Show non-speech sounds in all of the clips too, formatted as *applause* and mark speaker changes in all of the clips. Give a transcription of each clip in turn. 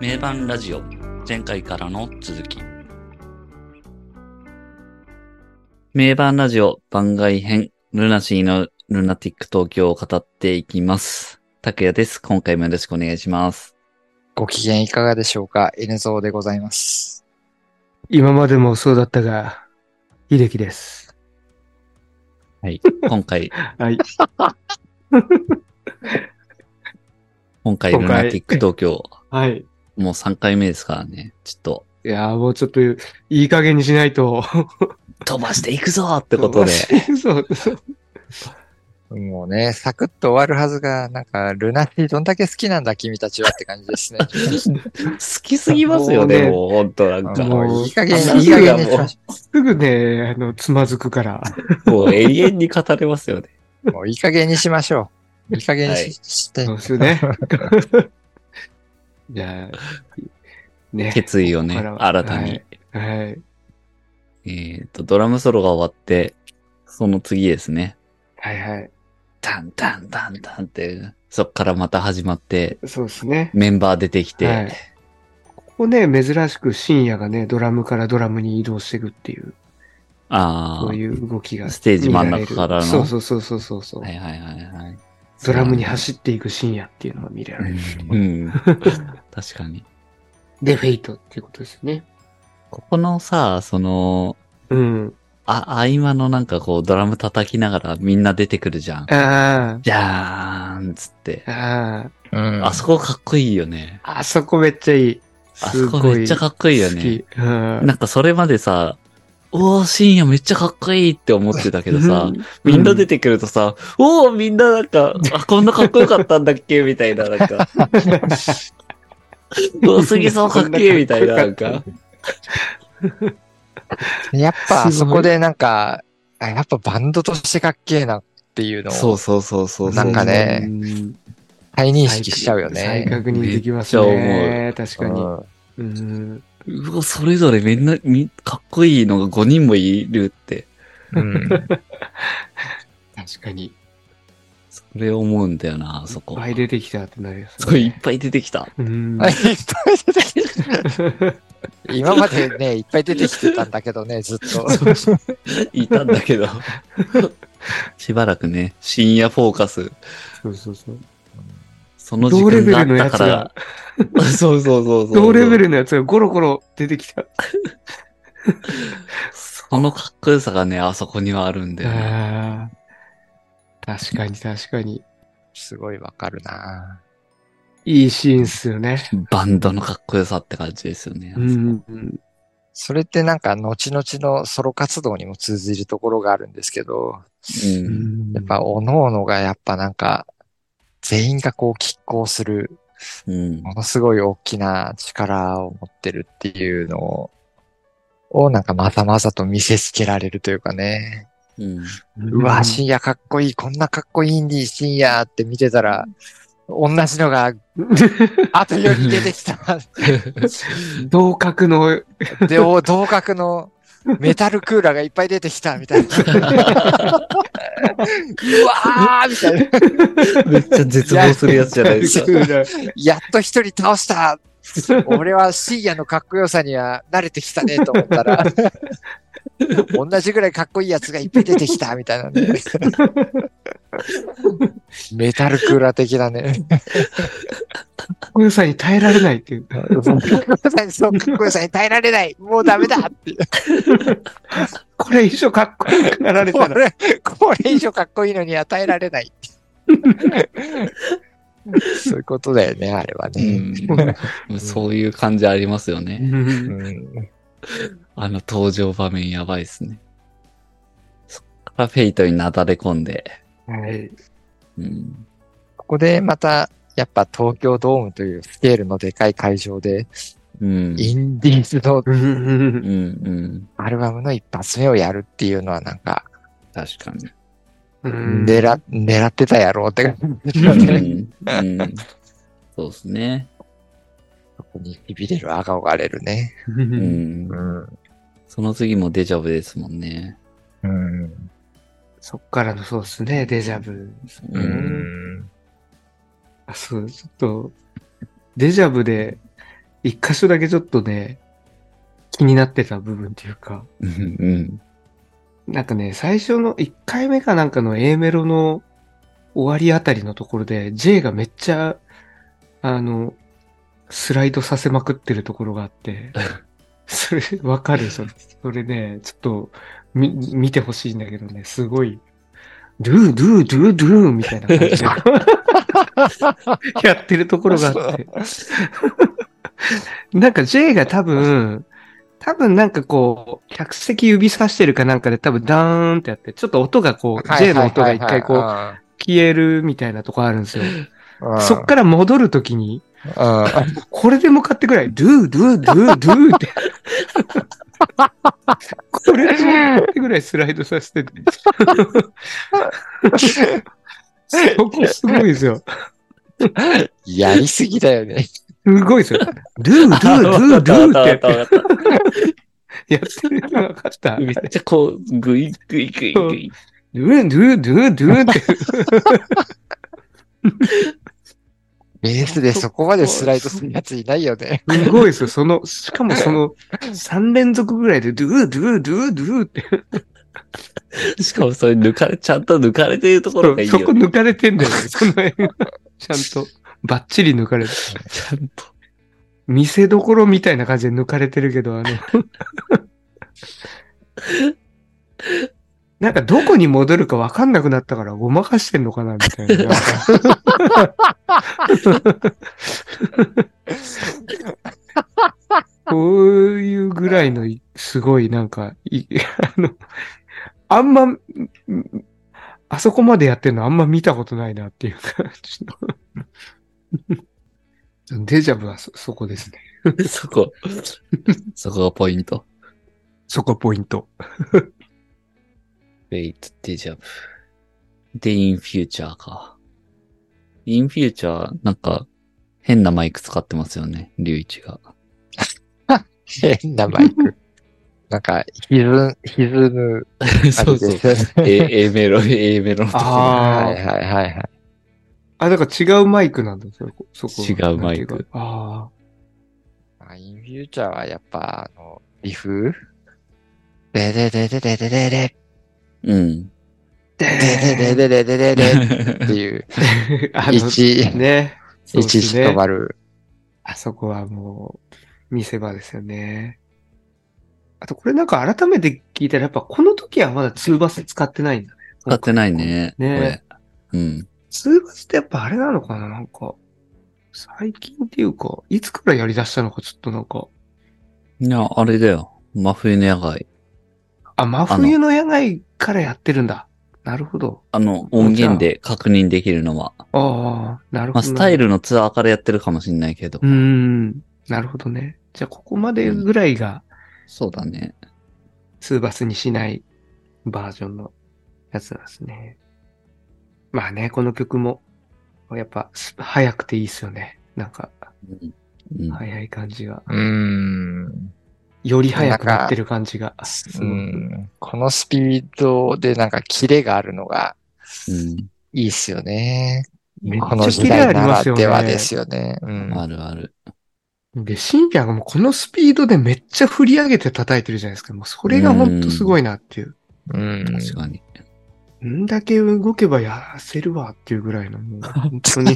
Speaker 1: 名盤ラジオ前回からの続き名盤ラジオ番外編ルナシーのルナティック東京を語っていきます拓也です今回もよろしくお願いします
Speaker 2: ご機嫌いかがでしょうか ?N ゾーでございます。
Speaker 3: 今までもそうだったが、秀樹です。
Speaker 1: はい今回
Speaker 3: はい。
Speaker 1: 今回
Speaker 3: 今
Speaker 1: ル
Speaker 3: 回
Speaker 1: ナティック東京
Speaker 3: はい。
Speaker 1: もう3回目ですからねちょっと
Speaker 3: いやーもうちょっと、いい加減にしないと。
Speaker 1: 飛ばしていくぞってことで
Speaker 3: *laughs* そう。
Speaker 2: もうね、サクッと終わるはずが、なんか、ルナティどんだけ好きなんだ、君たちはって感じですね。
Speaker 1: 好きすぎますよね
Speaker 3: もうね
Speaker 1: もうほんとなんか
Speaker 3: も
Speaker 1: も
Speaker 3: う
Speaker 2: もういい加減
Speaker 3: あ、
Speaker 2: いい加減にしまし
Speaker 3: すぐね、あの、つまずくから。
Speaker 1: う永遠に語れますよね
Speaker 2: ょう。もういい加減にしましょう。いい加減にし,、
Speaker 1: はい
Speaker 2: して
Speaker 3: そう。ですよね。 *laughs* じゃあ、ね。
Speaker 1: 決意をね
Speaker 3: ここからは
Speaker 1: 新たに、
Speaker 3: はい。
Speaker 1: えっ、と、ドラムソロが終わって、その次ですね。
Speaker 3: はいはい。
Speaker 1: タンタンタンタンって、そっからまた始まって、
Speaker 3: そうですね。
Speaker 1: メンバー出てきて、
Speaker 3: はいここね、珍しく深夜がね、ドラムからドラムに移動していくっていう、
Speaker 1: あ
Speaker 3: そ
Speaker 1: あ
Speaker 3: ういう動きが。
Speaker 1: ステージ真ん中からの
Speaker 3: そうそうそうそうそうそう。
Speaker 1: はいはいはいはい。
Speaker 3: ドラムに走っていく深夜っていうのが見られる。
Speaker 1: うん。確かに。
Speaker 3: で、フェイトっていうことですよね。
Speaker 1: ここのさ、その、
Speaker 3: うん。
Speaker 1: あ、合間のなんかこう、ドラム叩きながらみんな出てくるじゃん。
Speaker 3: あ
Speaker 1: じゃーんっつって
Speaker 3: あ、。ああ、
Speaker 2: うん
Speaker 1: あそこかっこいいよね。
Speaker 3: あそこめっちゃいい。
Speaker 1: あ
Speaker 3: す
Speaker 1: そ
Speaker 3: ごい。
Speaker 1: こめっちゃかっこいいよね。
Speaker 3: 好き。うん。
Speaker 1: なんかそれまでさ、おー、深夜めっちゃかっこいいって思ってたけどさ、
Speaker 3: うん、
Speaker 1: みんな出てくるとさ、おー、みんななんか、あ、こんなかっこよかったんだっけみたいな、 *laughs* なんか。おー、杉さんかっけーみたいな、なんか。
Speaker 2: やっぱ、あ
Speaker 3: すご
Speaker 2: そ
Speaker 3: い
Speaker 2: こでなんか、あやっぱバンドとしてかっけえなっていうの
Speaker 1: そ
Speaker 2: を
Speaker 1: うそうそうそう。
Speaker 2: なんかね
Speaker 3: うん、
Speaker 2: 再認識しちゃうよね
Speaker 3: 再。確認できます
Speaker 1: め
Speaker 3: ね。確かに。
Speaker 2: う
Speaker 3: うん。
Speaker 1: うわ、それぞれみんな、みかっこいいのが5人もいるって、
Speaker 2: ん。 *laughs* うん
Speaker 3: 確かに。いっ
Speaker 1: それ思うんだよな、あそこ。
Speaker 3: ぱい出てきたってなります
Speaker 1: すごいいっぱい出てきた。
Speaker 3: うん。
Speaker 2: あいっぱい出てきて今までね、いっぱい出てきてたんだけどね、ずっと。
Speaker 1: いたんだ *laughs* けど。しばらくね、深夜フォーカス。
Speaker 3: そうそうそう。
Speaker 1: その時間があったから。そうそうそうそう。
Speaker 3: 同レベルのやつがゴロゴロ出てきた。
Speaker 1: そのかっこよさがね、あそこにはあるんだよね。
Speaker 3: ああ。確かに確かに。
Speaker 2: すごいわかるない
Speaker 3: いシーンっすよね。
Speaker 1: バンドのかっこよさって感じですよね。
Speaker 3: うん。うん
Speaker 2: それってなんか後々のソロ活動にも通じるところがあるんですけど、
Speaker 1: うん。
Speaker 2: やっぱ各々がやっぱなんか全員がこう拮抗する
Speaker 1: うん。
Speaker 2: ものすごい大きな力を持ってるっていうのををなんかまざまざと見せつけられるというかね。
Speaker 1: うん。
Speaker 2: うわ、深夜かっこいい、こんなかっこいいインディー深夜って見てたら、同じのが後より出てきた。
Speaker 3: 同格の、
Speaker 2: で、お同格のメタルクーラーがいっぱい出てきたみたいな。うわーみたいな。
Speaker 1: めっちゃ絶望するやつじゃないですか。
Speaker 2: やっと一人倒した俺は深夜のかっこよさには慣れてきたねと思った
Speaker 3: *laughs*
Speaker 2: ら、同じぐらいかっこいいやつがいっぱい出てきたみたいなね。メタルクーラー的なね。
Speaker 3: かっこよさに耐えられないっていう。
Speaker 2: かっこよさにそうかっこよさに耐えられないもうダメだっていう。
Speaker 3: これ以上かっこよくなられた
Speaker 2: こ
Speaker 3: ら。
Speaker 2: れ、これ以上かっこいいのには耐えられない。そういうことだよね、あれはね。
Speaker 1: うん。そういう感じありますよね。
Speaker 3: うん
Speaker 2: うん
Speaker 1: あの登場場面やばいですね。そっからフェイトになだれ込んで。
Speaker 3: はい。
Speaker 1: うん。
Speaker 2: ここでまた、やっぱ東京ドームというスケールのでかい会場で、
Speaker 1: うん。
Speaker 2: インディーズの
Speaker 1: うんうん。
Speaker 2: アルバムの一発目をやるっていうのはなんか、
Speaker 1: 確かに。
Speaker 3: うん
Speaker 2: 狙、狙ってたやろうって感じ
Speaker 1: う
Speaker 2: だね。
Speaker 1: ん。
Speaker 3: *laughs*
Speaker 1: うんそうですね。
Speaker 2: そこに痺れる、あがおがれるね。
Speaker 1: うん。
Speaker 2: ん。
Speaker 1: その次もデジャブですもんね。
Speaker 2: うん。
Speaker 3: そっからのそうですね、デジャブ。
Speaker 1: うん
Speaker 3: あそう、ちょっと、デジャブで、一箇所だけちょっとね、気になってた部分っていうか、
Speaker 1: うんうん。
Speaker 3: なんかね、最初の1回目かなんかの A メロの終わりあたりのところで J がめっちゃ、あの、スライドさせまくってるところがあって、それ、わかるそれ、それね、ちょっと、み、見てほしいんだけどね、すごい、ドゥードゥードゥードゥーみたいな感じで、やってるところがあって。なんか J が多分、多分なんかこう、客席指さしてるかなんかで多分ダーンってやって、ちょっと音がこう、J の音が一回こう、消えるみたいなとこあるんですよ。
Speaker 2: う
Speaker 3: そっから戻るときに、
Speaker 2: ら、うん
Speaker 3: これで向かってくらい、ドゥードゥードゥードゥーって。これで向かってぐらいスライドさせてて。そこすごいですよ。
Speaker 2: やりすぎだよね。
Speaker 3: すごいですよ。ドゥードゥードゥードゥーってやっ、
Speaker 1: わかったわかったわかって
Speaker 3: やってるの分かった。
Speaker 1: ためっちゃこう、グイグイグイグイ。
Speaker 3: ドゥードゥードゥードゥーって。
Speaker 2: ベースでそこまでスライドするやついないよ
Speaker 3: *laughs*
Speaker 2: ね。
Speaker 3: すごいですよ。その、しかもその、3連続ぐらいで、ドゥードゥードゥードゥーって。
Speaker 1: しかもそれ抜かれ、ちゃんと抜かれてるところがいい
Speaker 3: そこ
Speaker 1: よね。
Speaker 3: 抜かれてんだよね。その辺が。ちゃんと、バッチリ抜かれてる。
Speaker 1: ちゃんと。
Speaker 3: 見せどころみたいな感じで抜かれてるけど、あの、 *laughs* なんかどこに戻るかわかんなくなったからごまかしてんのかなみたいな。なんかこういうぐらいのい、すごいなんか、い *laughs* あの、あんま、んあそこまでやってるのあんま見たことないなっていう感じの。デジャブはそ、そこですね。
Speaker 1: そこ。そこがポイント。
Speaker 3: そこポイント。
Speaker 1: Wait, Deja vu. で、in future か。in future、なんか、変なマイク使ってますよね、龍一が。
Speaker 2: 変なマイク。なんか、ひずん、ひずむ感
Speaker 1: そう
Speaker 2: じ
Speaker 1: そう
Speaker 2: で。すよね。
Speaker 1: A, A メロ、A メロのところ。
Speaker 2: *laughs*
Speaker 3: あ
Speaker 2: はいはいはいはい。
Speaker 3: あ、だから違うマイクなんだ、そこ。そこ
Speaker 1: 違うマイク
Speaker 3: なんていかあ
Speaker 2: あインフューチャーはやっぱ、あの、リフでででででででで
Speaker 1: うん。
Speaker 2: ででででででででっていう、
Speaker 3: *laughs* あ。あの、
Speaker 2: 一、
Speaker 3: ね。そうで
Speaker 2: 一
Speaker 3: す
Speaker 2: ひと
Speaker 3: ね。
Speaker 2: まる。
Speaker 3: あそこはもう、見せ場ですよね。あと、これなんか改めて聞いたら、やっぱこの時はまだ2バス使ってないんだね。
Speaker 1: 使ってないね、
Speaker 3: ね
Speaker 1: これ。うん。
Speaker 3: 2バスってやっぱあれなのかななんか、最近っていうか、いつからやり出したのかちょっとなんか、
Speaker 1: いや、あれだよ。真冬の野外。
Speaker 3: あ、真冬の野外からやってるんだ。なるほど。
Speaker 1: あの、音源で確認できるのは。
Speaker 3: ああ、なるほ
Speaker 1: まあ、
Speaker 3: ど。
Speaker 1: スタイルのツアーからやってるかもしんないけど。
Speaker 3: うーん、なるほどね。じゃあ、ここまでぐらいが、
Speaker 1: そうだね。
Speaker 3: ツーバスにしないバージョンのやつなんですね。まあね、この曲も、やっぱ、す早くていいっすよね。なんか、
Speaker 1: うん。うん
Speaker 3: 早い感じが。
Speaker 2: うーん。
Speaker 3: より早くなってる感じが。す
Speaker 2: う
Speaker 3: ごく
Speaker 2: んこのスピードでなんかキレがあるのが
Speaker 1: うん
Speaker 2: いいっすよね。
Speaker 3: めっ
Speaker 2: こ
Speaker 3: ち
Speaker 2: の
Speaker 3: ゃ
Speaker 2: 時
Speaker 3: キレ
Speaker 2: 代
Speaker 3: あり
Speaker 2: な
Speaker 3: ま
Speaker 2: ら
Speaker 3: すよ
Speaker 2: ではで
Speaker 3: ね。
Speaker 2: すよね。うん
Speaker 1: あるある。
Speaker 3: で、深夜がもうこのスピードでめっちゃ振り上げて叩いてるじゃないですか。もうそれがほんとすごいなっていう。
Speaker 2: うん
Speaker 1: 確かに。
Speaker 3: んだけ動けば痩せるわっていうぐらいの、
Speaker 1: *laughs*
Speaker 3: もう、本当に。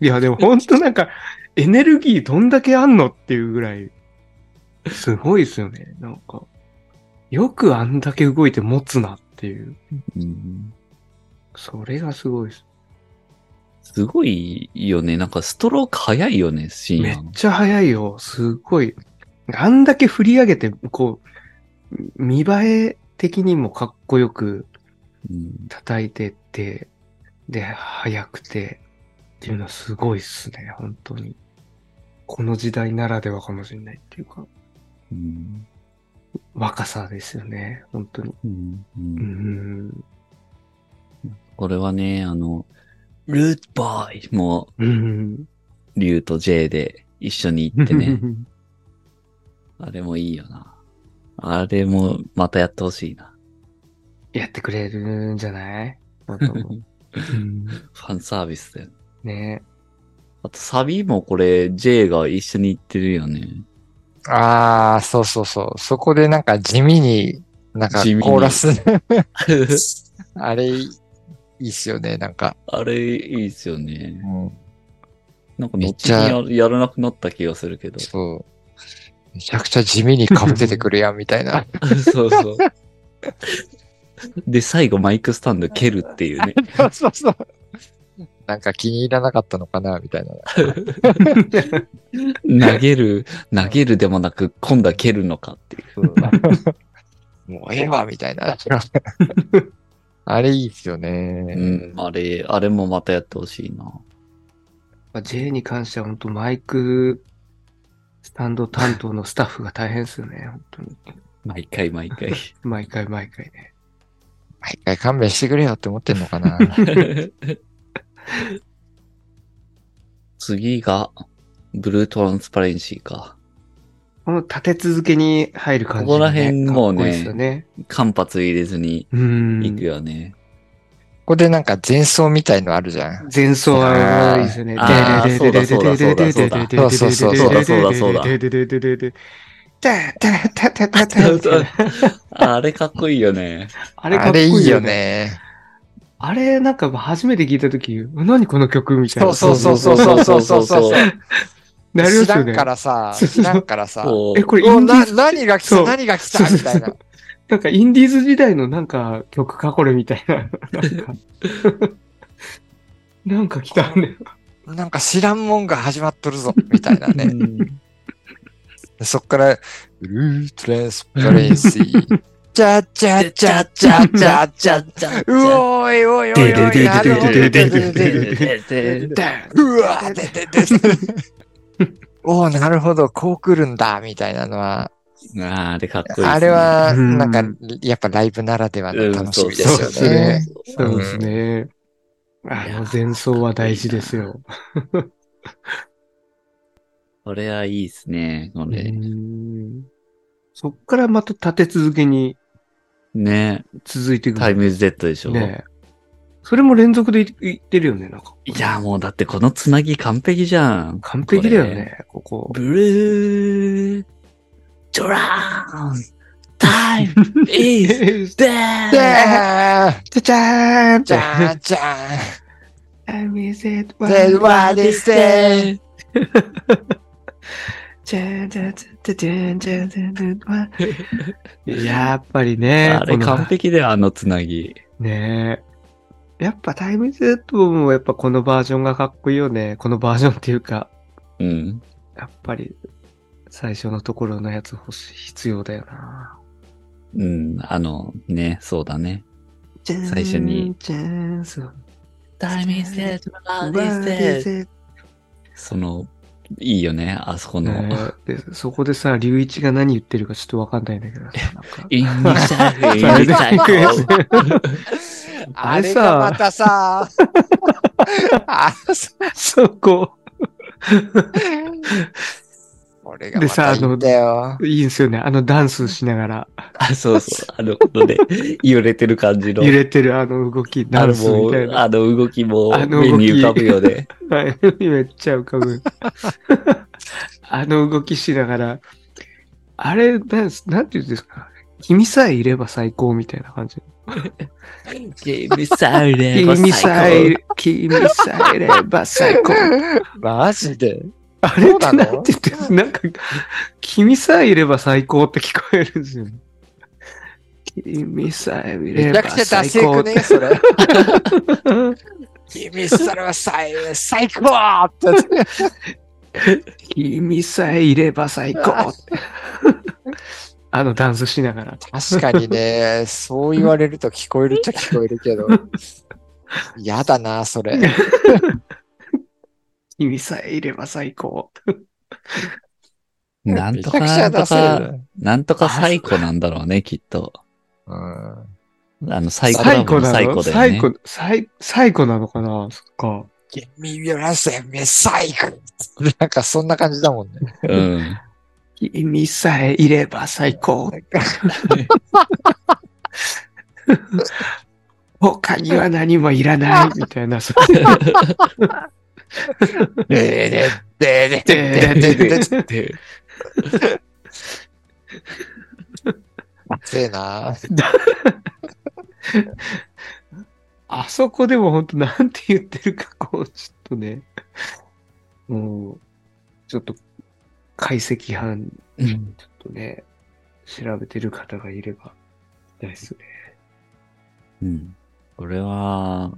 Speaker 3: いや、でも本当なんか、エネルギーどんだけあんのっていうぐらい、すごいですよね。なんか、よくあんだけ動いて持つなっていう。
Speaker 1: うん
Speaker 3: それがすごいです。
Speaker 1: すごいよね。なんかストローク早いよね、シ
Speaker 3: め
Speaker 1: ー
Speaker 3: っ
Speaker 1: ン。
Speaker 3: ちゃ早いよ。すごい。あんだけ振り上げて、こう、見栄え的にもかっこよく、
Speaker 1: うん
Speaker 3: 叩いてって、で、早くて、っていうのはすごいっすね、本当に。この時代ならではかもしれないっていうか、
Speaker 1: うん
Speaker 3: 若さですよね、本当に。
Speaker 1: うんう
Speaker 3: うんん。
Speaker 1: これはね、あの、ルートボーイも、
Speaker 3: うん。
Speaker 1: リュウと J で一緒に行ってね。あれもいいよな。あれもまたやってほしいな。
Speaker 3: *laughs* やってくれるんじゃない本当うん
Speaker 1: ファンサービスだよ。
Speaker 3: ね *laughs*
Speaker 1: あとサビもこれ J が一緒に行ってるよね。 *laughs*
Speaker 2: ああ、そうそうそう。そこでなんか地味に、なんか
Speaker 1: 地味に
Speaker 2: コーラス、 *laughs* あれ、いいっすよね、なんか。
Speaker 1: あれいいっすよね。なんか
Speaker 2: め
Speaker 1: めっ
Speaker 2: っち
Speaker 1: ち
Speaker 2: ゃ
Speaker 1: ゃややらなくなった気がするけ *laughs* ど。
Speaker 2: そう。めちゃくちゃ地味に被せてくるやん、みたいな。
Speaker 1: そうそう。で、最後マイクスタンド蹴るっていうね。
Speaker 2: そうそうそう。なんか気に入らなかったのかな、みたいな。
Speaker 1: 投げる、投げるでもなく、今度は蹴るのかっていう。
Speaker 2: もうええわ、みたいな。あれいいっすよね。
Speaker 1: うん、あれ、あれもまたやってほしいな。
Speaker 3: まあ J に関しては本当マイク、スタンド担当のスタッフが大変ですよね、本当に。
Speaker 1: 毎回毎 *laughs* 回。
Speaker 3: 毎回毎回ね。
Speaker 2: 毎回勘弁してくれよって思ってんのかな。
Speaker 1: 次が、ブルートランスパレンシーか。
Speaker 3: この立て続けに入る感じ、ね。
Speaker 1: ここら辺もうね
Speaker 3: かっこいいですよね。
Speaker 1: 間髪入れずに
Speaker 3: うん。
Speaker 1: 行くよね。
Speaker 2: ここでなんか前奏みたいのあるじゃん。
Speaker 3: 前奏はいいですよね。
Speaker 1: あー
Speaker 2: そうそうそう
Speaker 1: だそうだそうだあれかっこいいよね。
Speaker 3: あ
Speaker 2: あ
Speaker 3: れ
Speaker 2: れ
Speaker 3: かっこ
Speaker 2: い
Speaker 3: い
Speaker 2: い
Speaker 3: い
Speaker 2: よ
Speaker 3: よね。
Speaker 2: ね。
Speaker 3: あれなんか初めて聞いたとき、何この曲みたいな。
Speaker 2: そうそうそうそうそうそうそう
Speaker 3: な
Speaker 2: 知
Speaker 3: ります
Speaker 2: ら
Speaker 3: よ
Speaker 2: ん
Speaker 3: ね
Speaker 2: か。らさ、
Speaker 3: そうそう
Speaker 2: 知らんからさ。
Speaker 1: こう
Speaker 3: え、これイ
Speaker 2: お
Speaker 3: ンディ
Speaker 2: な
Speaker 3: ーズ、
Speaker 2: 何が来
Speaker 3: そ
Speaker 2: た
Speaker 3: う
Speaker 2: 何が来
Speaker 3: そう
Speaker 2: た
Speaker 3: そう
Speaker 2: み
Speaker 3: そ
Speaker 2: た
Speaker 3: う
Speaker 2: いな。
Speaker 3: なんかインディーズ時代のなんか曲かこれみたいな。なんかなんか来たんだよ。
Speaker 2: なんか知らんもんが始まっとるぞ、みたいなね。
Speaker 1: うん
Speaker 2: でそっから、ブルートランスパレンシ *laughs* ー。チャチャチャチャチャチャ。うおーいおいおいおい。なるほど
Speaker 3: ででででで
Speaker 2: うわーでででで。おおなるほど、こう来るんだ、みたいなのは。
Speaker 1: あーあれかっこいいですね。
Speaker 2: あれは、
Speaker 3: うん
Speaker 2: なんか、やっぱライブならでは
Speaker 1: う
Speaker 2: の
Speaker 1: ん、
Speaker 2: 楽しみで
Speaker 3: そ
Speaker 2: す
Speaker 3: うそう
Speaker 2: よね。
Speaker 1: そ
Speaker 3: そううですね。あの前奏は大事ですよ。
Speaker 1: これはいいですね、こ
Speaker 3: う
Speaker 1: れ。
Speaker 3: んそっからまた立て続けに
Speaker 1: ね
Speaker 3: 続いていく
Speaker 1: タイムズ Z でしょ。
Speaker 3: ねそれも連続でいいってるよね、なんか。
Speaker 1: いや、もうだってこのつなぎ完璧じゃん。
Speaker 3: 完璧だよね、ここ。
Speaker 1: ブルー、トラウン、タイム、
Speaker 3: *laughs*
Speaker 1: イズ、
Speaker 3: じ
Speaker 1: デ
Speaker 2: じ
Speaker 1: ー
Speaker 2: ゃーん
Speaker 3: ゃじゃーん
Speaker 2: じゃーんじゃーん
Speaker 3: タイムズ Z は
Speaker 2: で、ワデステ
Speaker 3: じゃんじゃんじゃんじゃんじゃんじゃんじゃんわやっぱりね、
Speaker 1: あれ
Speaker 3: この
Speaker 1: 完璧だよ、あのつなぎ。
Speaker 3: ねえ。やっぱタイムズ Z もやっぱこのバージョンがかっこいいよね。このバージョンっていうか、
Speaker 1: うん。
Speaker 3: やっぱり最初のところのやつ欲しい、必要だよな。
Speaker 1: うん、あの、ね、そうだね。最初に
Speaker 3: じゃん。じゃん
Speaker 1: タイム
Speaker 3: Z
Speaker 1: ワ
Speaker 3: ね
Speaker 1: その、いいよね、あそこの。
Speaker 3: えでそこでさ、龍一が何言ってるかちょっとわかんないん
Speaker 1: *laughs*
Speaker 3: だけどさ、なんか。
Speaker 1: インニシャル、インニシャル。
Speaker 2: ンあれがまたさ、あ
Speaker 3: そこ、
Speaker 2: これがまたいいんだよ。
Speaker 3: いいんですよね。あのダンスしながら、
Speaker 1: あ、そうそう。あの、このね、揺れてる感じの。
Speaker 3: 揺れてるあの動き、ダ
Speaker 1: あの
Speaker 3: ンス
Speaker 1: も
Speaker 3: み
Speaker 1: う
Speaker 3: たい、な。
Speaker 1: あの動きも
Speaker 3: あの動
Speaker 1: 目
Speaker 3: き
Speaker 1: に浮かぶよね。
Speaker 3: はい、めっちゃ浮
Speaker 1: *laughs*
Speaker 3: かぶ。あの動きしながら、あれ、なんすなんて言うんですか君さえいれば最高みたいな感じ。
Speaker 1: 君さえいれば
Speaker 3: 君さ
Speaker 1: 最
Speaker 3: え、君さえいれば最高。
Speaker 2: マジで
Speaker 3: あれってな
Speaker 2: そうん
Speaker 3: て言ってるなんか、君さえいれば最高って聞こえるんですよね。君さえい
Speaker 2: め
Speaker 3: れ
Speaker 2: ちゃ
Speaker 3: ば
Speaker 2: くちゃダ
Speaker 3: 最
Speaker 2: セー
Speaker 3: 高
Speaker 2: くね
Speaker 3: って。
Speaker 2: それ。君それは最、最高って。
Speaker 3: 君さえいれば最
Speaker 2: *laughs*
Speaker 3: 高って。あのダンスしながら。
Speaker 2: 確かにね、そう言われると聞こえるっちゃ聞こえるけど。やだな、それ。
Speaker 3: 君さえいれば最高。
Speaker 1: 高。なん
Speaker 2: めち
Speaker 1: と
Speaker 2: ゃ
Speaker 1: か、
Speaker 2: くち
Speaker 1: な
Speaker 2: ゃ
Speaker 1: んと
Speaker 2: ダセ
Speaker 1: か、
Speaker 2: ー。
Speaker 1: なんとか最高なんだろうね、きっと。
Speaker 2: うん
Speaker 1: あの、最高だもん
Speaker 3: な
Speaker 1: 最
Speaker 3: の
Speaker 1: 高だよ
Speaker 3: 最
Speaker 1: ね。
Speaker 3: 高、最、最高なのかなそっか。
Speaker 2: 君らせめさいく。なんかそんな感じだもんね。
Speaker 1: うん。
Speaker 3: 君さえいれば最高。他には何もいらない。みたいな、そう
Speaker 2: でででででででででで。熱いなぁ
Speaker 3: あそこでも本当なんて言ってるか、こう、ちょっとね、もう、ちょっと、解析班、
Speaker 1: うん
Speaker 3: ちょっとね、調べてる方がいれば、ないですね。
Speaker 1: うん。これは、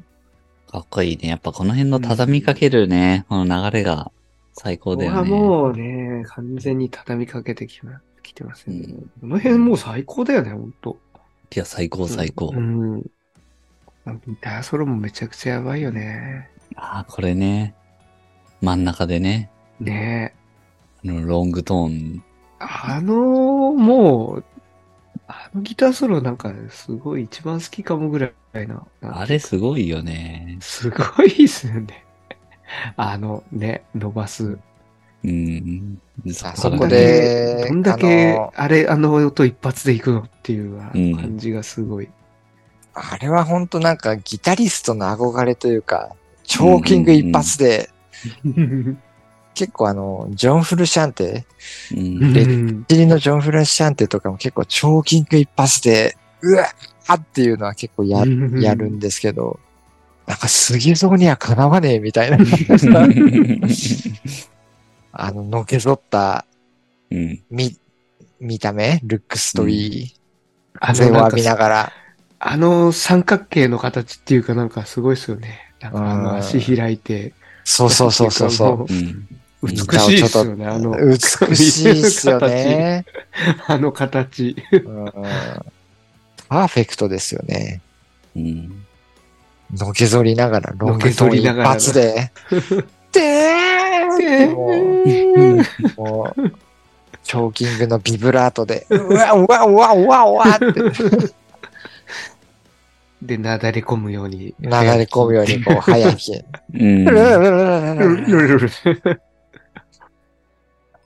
Speaker 1: かっこいいね。やっぱこの辺の畳みかけるね、この流れが最高
Speaker 3: こ
Speaker 1: だ
Speaker 3: こ
Speaker 1: よ
Speaker 3: は
Speaker 1: ね。
Speaker 3: もうね、完全に畳みかけてき,、ま、きてますね。
Speaker 1: うん
Speaker 3: この辺もう最高だよね、本当
Speaker 1: いや、最高最高。
Speaker 3: うん。ダーソロもめちゃくちゃやばいよね。
Speaker 1: ああ、これね。真ん中でね、
Speaker 3: ね
Speaker 1: あのロングトーン。
Speaker 3: え。あの、もう、あのギターソロなんかすごい一番好きかもぐらいな。
Speaker 1: あれすごいよね。
Speaker 3: すごいですよね。 *laughs* あのね、伸ばす。
Speaker 1: うん。そ
Speaker 2: あ
Speaker 1: こ
Speaker 2: そ
Speaker 1: が
Speaker 2: こ
Speaker 1: ね
Speaker 2: で、
Speaker 3: どんだけ、
Speaker 2: あ
Speaker 3: あ
Speaker 2: の
Speaker 3: れ、あの音一発でいくのっていうあ
Speaker 1: うん
Speaker 3: の感じがすごい。
Speaker 2: あれは本当なんかギタリストの憧れというか、チョーキング一発で、結構あの、ジョン・フルシャンテ、
Speaker 1: うん
Speaker 3: *laughs*
Speaker 2: で
Speaker 3: うん
Speaker 2: チリのジョン・フルシャンテとかも結構チョーキング一発で、うわっっていうのは結構や、やるんですけど、なんかすげそうにはかなわねえみたいな、あの、のけぞった
Speaker 1: うん。
Speaker 2: 見、見た目、ルックスといい、
Speaker 3: あ
Speaker 2: 風
Speaker 3: の
Speaker 2: を
Speaker 3: なん
Speaker 2: 浴
Speaker 3: か
Speaker 2: びながら、
Speaker 3: あの三角形の形っていうかなんかすごいですよね。なんかあの
Speaker 2: あー
Speaker 3: 足開いて。
Speaker 2: そうそうそうそうそう。
Speaker 1: うん。
Speaker 3: う
Speaker 1: うん
Speaker 3: 美しいですよね。あの、
Speaker 2: 美しいっすよね。
Speaker 3: *laughs* あの形。
Speaker 2: うんパーフェクトですよね。
Speaker 1: うん。
Speaker 2: のけぞりながら、ロ
Speaker 3: の
Speaker 2: ケ
Speaker 3: け
Speaker 2: ゾ
Speaker 3: ぞ
Speaker 2: リ
Speaker 3: り
Speaker 2: 一
Speaker 3: ながら
Speaker 2: 発で。でーっ
Speaker 3: *laughs*
Speaker 2: ても
Speaker 1: うん
Speaker 2: う、もう、チョーキングのビブラートで、うわ、うわ、うわ、うわ、うわって、
Speaker 3: で、なだれ込むように。
Speaker 2: 流れ込むように、こう、早き。
Speaker 1: うん
Speaker 2: ルルルルルルルル
Speaker 3: ルルルル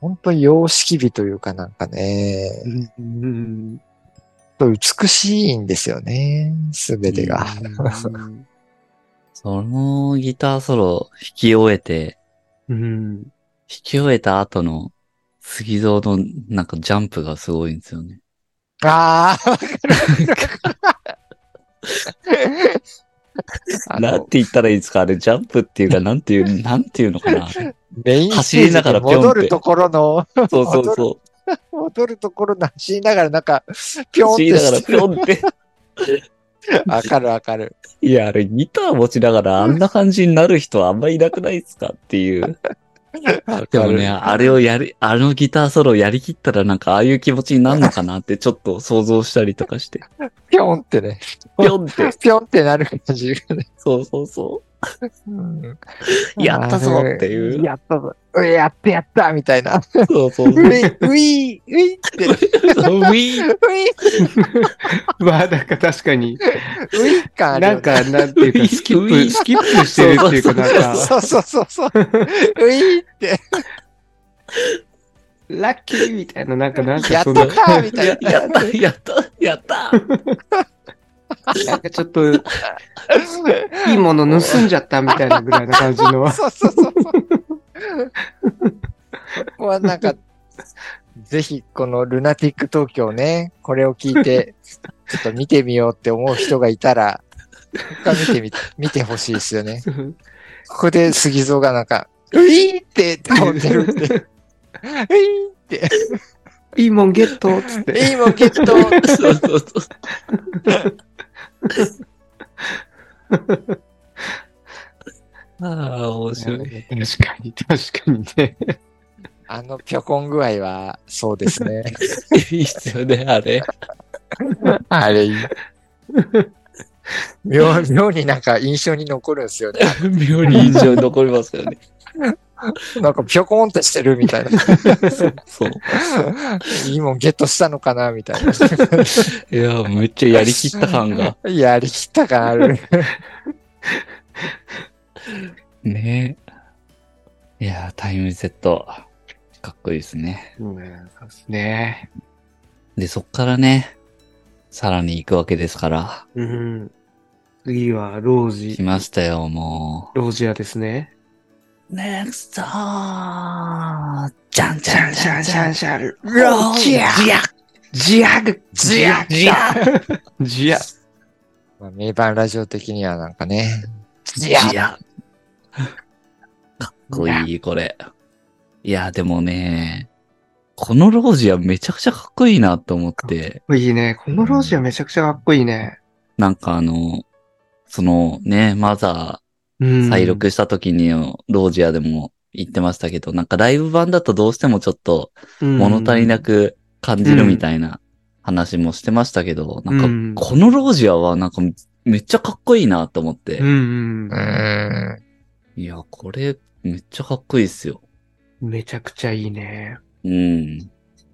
Speaker 2: 本当に様式美というかなんかね、
Speaker 3: うん
Speaker 2: 美しいんですよね、すべてが。
Speaker 1: そのギターソロ弾き終えて、
Speaker 3: うん。
Speaker 1: 弾き終えた後の杉蔵のなんかジャンプがすごいんですよね。
Speaker 2: ああ、わかる。
Speaker 1: *laughs*
Speaker 2: あ
Speaker 1: な
Speaker 2: の
Speaker 1: んて言ったらいいんですかあれジャンプって *laughs* いうか、なんていう、なんていうのかなそ
Speaker 2: メインステージに戻るところの、 *laughs*
Speaker 1: うそうそ
Speaker 2: 戻るところの走りながらなんか、
Speaker 1: う。
Speaker 2: ぴょんっ
Speaker 1: 走り
Speaker 2: て
Speaker 1: ながら
Speaker 2: して
Speaker 1: ぴょんって。
Speaker 2: る。わかるわかる。
Speaker 1: いや、あれギター持ちながらあんな感じになる人はあんまいなくないですかっていう。*laughs*
Speaker 2: わ
Speaker 1: で
Speaker 2: か
Speaker 1: もね、
Speaker 2: る。
Speaker 1: あれをやり、あのギターソロをやりきったらなんかああいう気持ちになるのかなってちょっと想像したりとか *laughs* して。
Speaker 2: ぴょんってね。
Speaker 1: ぴょんって。
Speaker 2: ぴょんってなる感じがね。
Speaker 1: そうそうそう。やったぞっていう
Speaker 2: あれやったぞ。うえやってやったみたいな。
Speaker 1: そうそう *laughs*
Speaker 2: ういういういって、う
Speaker 1: そう。ウィーン
Speaker 2: い
Speaker 3: まあ、なんか確かに、
Speaker 2: うい感あるよ
Speaker 3: な
Speaker 2: ね
Speaker 3: んか、なんていうか、スキップ、スキップしてるっていうか、なんか、
Speaker 2: そうそうそうそう。ういって、
Speaker 3: ラッキーみたいな、なんか、なん
Speaker 2: や
Speaker 3: か
Speaker 2: っ
Speaker 3: そ
Speaker 2: た
Speaker 3: の、
Speaker 2: かみたい
Speaker 1: や
Speaker 2: な。
Speaker 1: やった、やった、 *laughs* やった。
Speaker 3: なんかちょっと、いいもの盗んじゃったみたいなぐらいな感じの。
Speaker 2: そうそうそうそう。ここはなんか、ぜひこのルナティック東京ね、これを聞いて、ちょっと見てみようって思う人がいたら、ここは見てみ、見てほしいですよね。ここで杉蔵がなんか、ういーって倒れてるって。ういーって、
Speaker 3: いいもんゲットっつって。
Speaker 2: いいもんゲット
Speaker 1: そうそうそう。ああ、面白い。
Speaker 3: 確かに、確かにね。
Speaker 2: あのぴょこん具合は、そうですね。
Speaker 1: いいっすよね、あれ。
Speaker 2: あれいい。 *laughs* 妙妙になんか印象に残るんですよね。
Speaker 1: 妙に印象に残りますよね。
Speaker 2: なんかぴょこんってしてるみたいな。
Speaker 1: そう。
Speaker 2: *laughs* いいもんゲットしたのかなみたいな。
Speaker 1: いや、めっちゃやりきった感が。
Speaker 2: *laughs* やりきった感ある。 *laughs*
Speaker 1: ねえ。いや、タイムセット。かっこいいですね。
Speaker 3: うん、そうですね。
Speaker 1: で、そっからね、さらに行くわけですから。
Speaker 3: うん。次は、ロー
Speaker 1: 来
Speaker 3: ジ、
Speaker 1: ましたよ、も
Speaker 3: ロージアですね。
Speaker 1: next star! じゃんじ
Speaker 3: シャ
Speaker 1: ゃん
Speaker 3: ン
Speaker 1: じ
Speaker 3: シ
Speaker 1: ゃ
Speaker 3: ャ
Speaker 1: ん
Speaker 3: ン
Speaker 1: じ
Speaker 3: シ
Speaker 1: ゃ
Speaker 3: ャ
Speaker 1: ん
Speaker 3: ン。シャン。
Speaker 1: ロージ
Speaker 3: ジャ
Speaker 1: ャッ
Speaker 3: ジアグ
Speaker 1: ジャジャ
Speaker 3: ジア
Speaker 2: まあ、名盤ラジオ的にはなんかね、
Speaker 1: ジャかっこいい、これ。いや、でもね、このロージアめちゃくちゃかっこいいなと思って、
Speaker 3: いいね。このロジアめちゃくちゃかっこいいね。
Speaker 1: なんかあの、そのね、マザ
Speaker 3: うん。
Speaker 1: ー再録した時にロージアでも言ってましたけど、なんかライブ版だとどうしてもちょっと
Speaker 3: うん。
Speaker 1: 物足りなく感じるみたいな話もしてましたけど、
Speaker 3: う
Speaker 1: なん
Speaker 3: ん
Speaker 1: かこのロージアはなんかめっちゃかっこいいなと思って、
Speaker 3: うん
Speaker 2: う。ーん、
Speaker 1: いや、これめっちゃかっこいいっすよ。
Speaker 3: めちゃくちゃいいね。
Speaker 1: うん。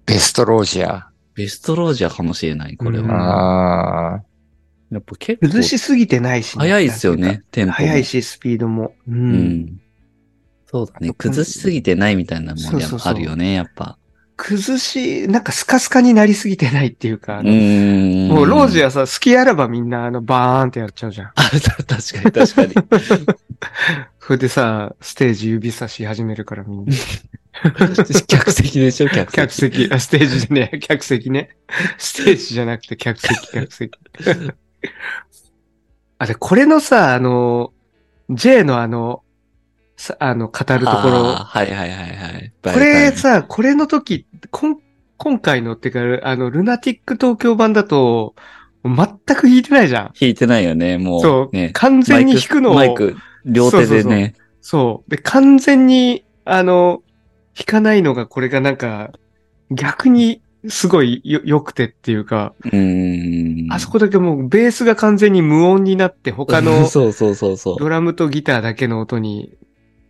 Speaker 2: ベストロージア。
Speaker 1: ベストロージアかもしれない、これ
Speaker 3: うん
Speaker 1: は。
Speaker 2: ああ、
Speaker 1: やっぱ結
Speaker 3: 崩し
Speaker 1: 構
Speaker 3: すぎてないし、
Speaker 1: 早いですよね。、テンポも。
Speaker 3: 早いし、スピードも。う。
Speaker 1: うんん。そうだね。崩しすぎてないみたいなも
Speaker 3: そ
Speaker 1: ん
Speaker 3: う
Speaker 1: や
Speaker 3: そうそう
Speaker 1: あるよね、やっぱ。
Speaker 3: 崩し、なんかスカスカになりすぎてないっていうか、
Speaker 1: ん
Speaker 3: もうロージ
Speaker 1: ア。
Speaker 3: アさ、好きあらばみんなあのバーンってやっちゃうじゃん。
Speaker 1: *laughs* あ、た確かに確か
Speaker 3: それでさ、ステージ指差し始めるからみんな。
Speaker 1: に。客席でしょ、客席。
Speaker 3: 客席、あ、ステージじゃねえ、客席ね。ステージじゃなくて客席、客
Speaker 1: *laughs*
Speaker 3: 席。あ、で、これのさ、あの、J のあの、さあの、語るところ、
Speaker 1: あーはいはいはいはい。
Speaker 3: これさ、これの時、こん今回のってか、あの、ルナティック東京版だと、全く弾いてないじゃん。
Speaker 1: 弾いてないよね、もう。
Speaker 3: そう、
Speaker 1: ね。
Speaker 3: 完全に弾くのを、
Speaker 1: マイク、両手でね。
Speaker 3: そう。で、完全に、あの、弾かないのが、これがなんか、逆に、すごいよ、良くてっていうか、
Speaker 1: うーん。
Speaker 3: あそこだけもうベースが完全に無音になって、他
Speaker 1: *laughs*
Speaker 3: の
Speaker 1: そうそうそうそう。
Speaker 3: ドラムとギターだけの音に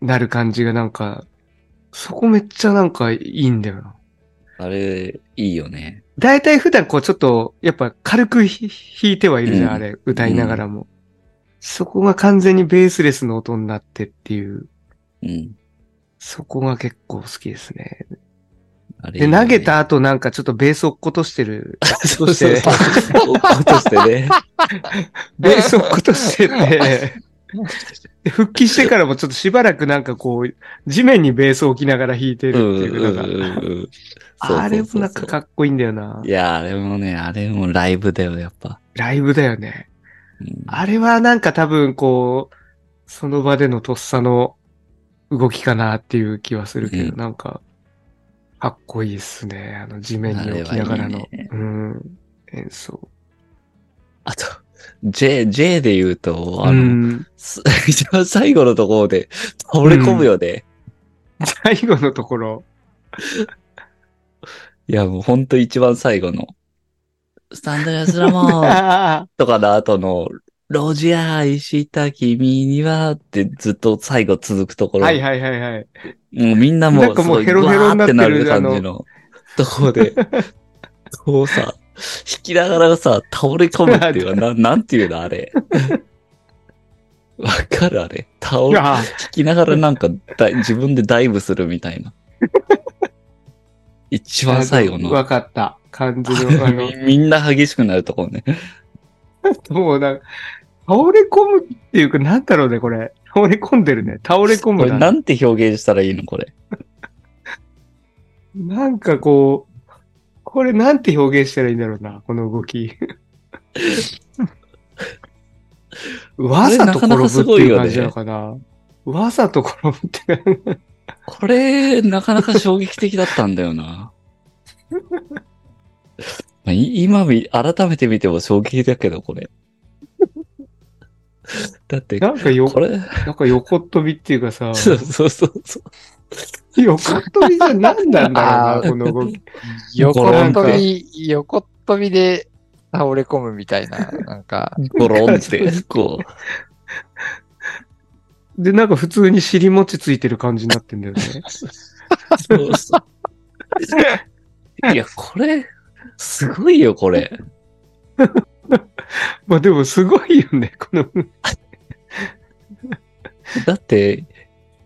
Speaker 3: なる感じがなんか、そこめっちゃなんかいいんだよな。
Speaker 1: あれ、いいよね。
Speaker 3: だいたい普段こうちょっと、やっぱ軽くひ弾いてはいるじ
Speaker 1: う
Speaker 3: ゃん、
Speaker 1: ん
Speaker 3: あれ、歌いながらも。そこが完全にベースレスの音になってっていう、
Speaker 1: うん。
Speaker 3: そこが結構好きですね。
Speaker 1: あれいい
Speaker 3: で、
Speaker 1: よね
Speaker 3: 投げた後なんかちょっとベース落っことし
Speaker 1: *laughs*
Speaker 3: てる。
Speaker 1: そ
Speaker 3: そうう
Speaker 1: そ
Speaker 3: そうう
Speaker 1: そう。落っことしてね。
Speaker 3: *laughs* ベース落っことし
Speaker 1: *laughs*
Speaker 3: てて、で復帰してからもちょっとしばらくなんかこう、地面にベースを置きながら弾いてるっていうのが、
Speaker 1: ん。
Speaker 3: あれもなんかかっこいいんだよな。
Speaker 1: いや、あれもね、あれもライブだよ、やっぱ。
Speaker 3: ライブだよね。
Speaker 1: うん
Speaker 3: あれはなんか多分こう、その場でのとっさの動きかなっていう気はするけど、
Speaker 1: うん
Speaker 3: なんか、かっこいいっすね。あの地面に置きなが
Speaker 1: あれは
Speaker 3: らの、
Speaker 1: いいね
Speaker 3: うん、演奏。
Speaker 1: あと、J、J で言うと、あ
Speaker 3: う
Speaker 1: の、
Speaker 3: ん *laughs*
Speaker 1: す *laughs* 一番最後のところで倒れ込むよね。
Speaker 3: 最後のところ。
Speaker 1: いや、もうほんと一番最後の。スタンドレスラモン
Speaker 3: あ
Speaker 1: *laughs* とかの後の、ロジア愛した君にはってずっと最後続くとこ
Speaker 3: あ
Speaker 1: ろ。
Speaker 3: *laughs* はいはいはいはい。
Speaker 1: もうみんなも
Speaker 3: なんかも
Speaker 1: すご
Speaker 3: う
Speaker 1: い
Speaker 3: ヘロヘロになってる
Speaker 1: ぐわー感じのところで、こうさ、引きながらさ、倒れ込むっていう
Speaker 3: *laughs*
Speaker 1: か、ななんていうのあれ。 *laughs* わかるあれ。倒れ、引
Speaker 3: あ
Speaker 1: きながらなんかだい自分でダイブするみたい
Speaker 3: *laughs*
Speaker 1: な。一番最後の。
Speaker 3: わかった。感じの、あの
Speaker 1: *laughs* み、みんな激しくなるところね。
Speaker 3: もうなんか、倒れ込むっていうか、なんだろうね、これ。倒れ込んでるね。倒れ込
Speaker 1: こ
Speaker 3: む
Speaker 1: れ
Speaker 3: な。
Speaker 1: なんて表現したらいいのこれ。
Speaker 3: なんかこう、これなんて表現したらいいんだろうな、この
Speaker 1: *laughs*
Speaker 3: 動き。わざと転ぶっていう感じなのかな。わざと転ぶって感じ。
Speaker 1: これ、なかなか衝撃的だったんだよな。 *laughs* まあい今み、改めて見ても衝撃だけど、これ。だって、
Speaker 3: なんかよ
Speaker 1: こ、れ、
Speaker 3: なんか横っ飛びっていう
Speaker 1: *laughs*
Speaker 3: かさ、
Speaker 1: そうそうそうそう。
Speaker 3: 横っ飛びじゃ何なんだろうな、この動き。
Speaker 1: *laughs*
Speaker 2: 横
Speaker 1: ゴロ
Speaker 2: っ
Speaker 1: ンと
Speaker 2: 飛び、横っ飛びで倒れ込むみたいな、なんか、
Speaker 1: ゴロンって、こう。
Speaker 3: で、なんか普通に尻餅ついてる感じになってんだよね。
Speaker 1: *laughs* そうそう。いや、これ、すごいよ、これ。
Speaker 3: まあでもすごいよね、 *laughs* この。
Speaker 1: だって、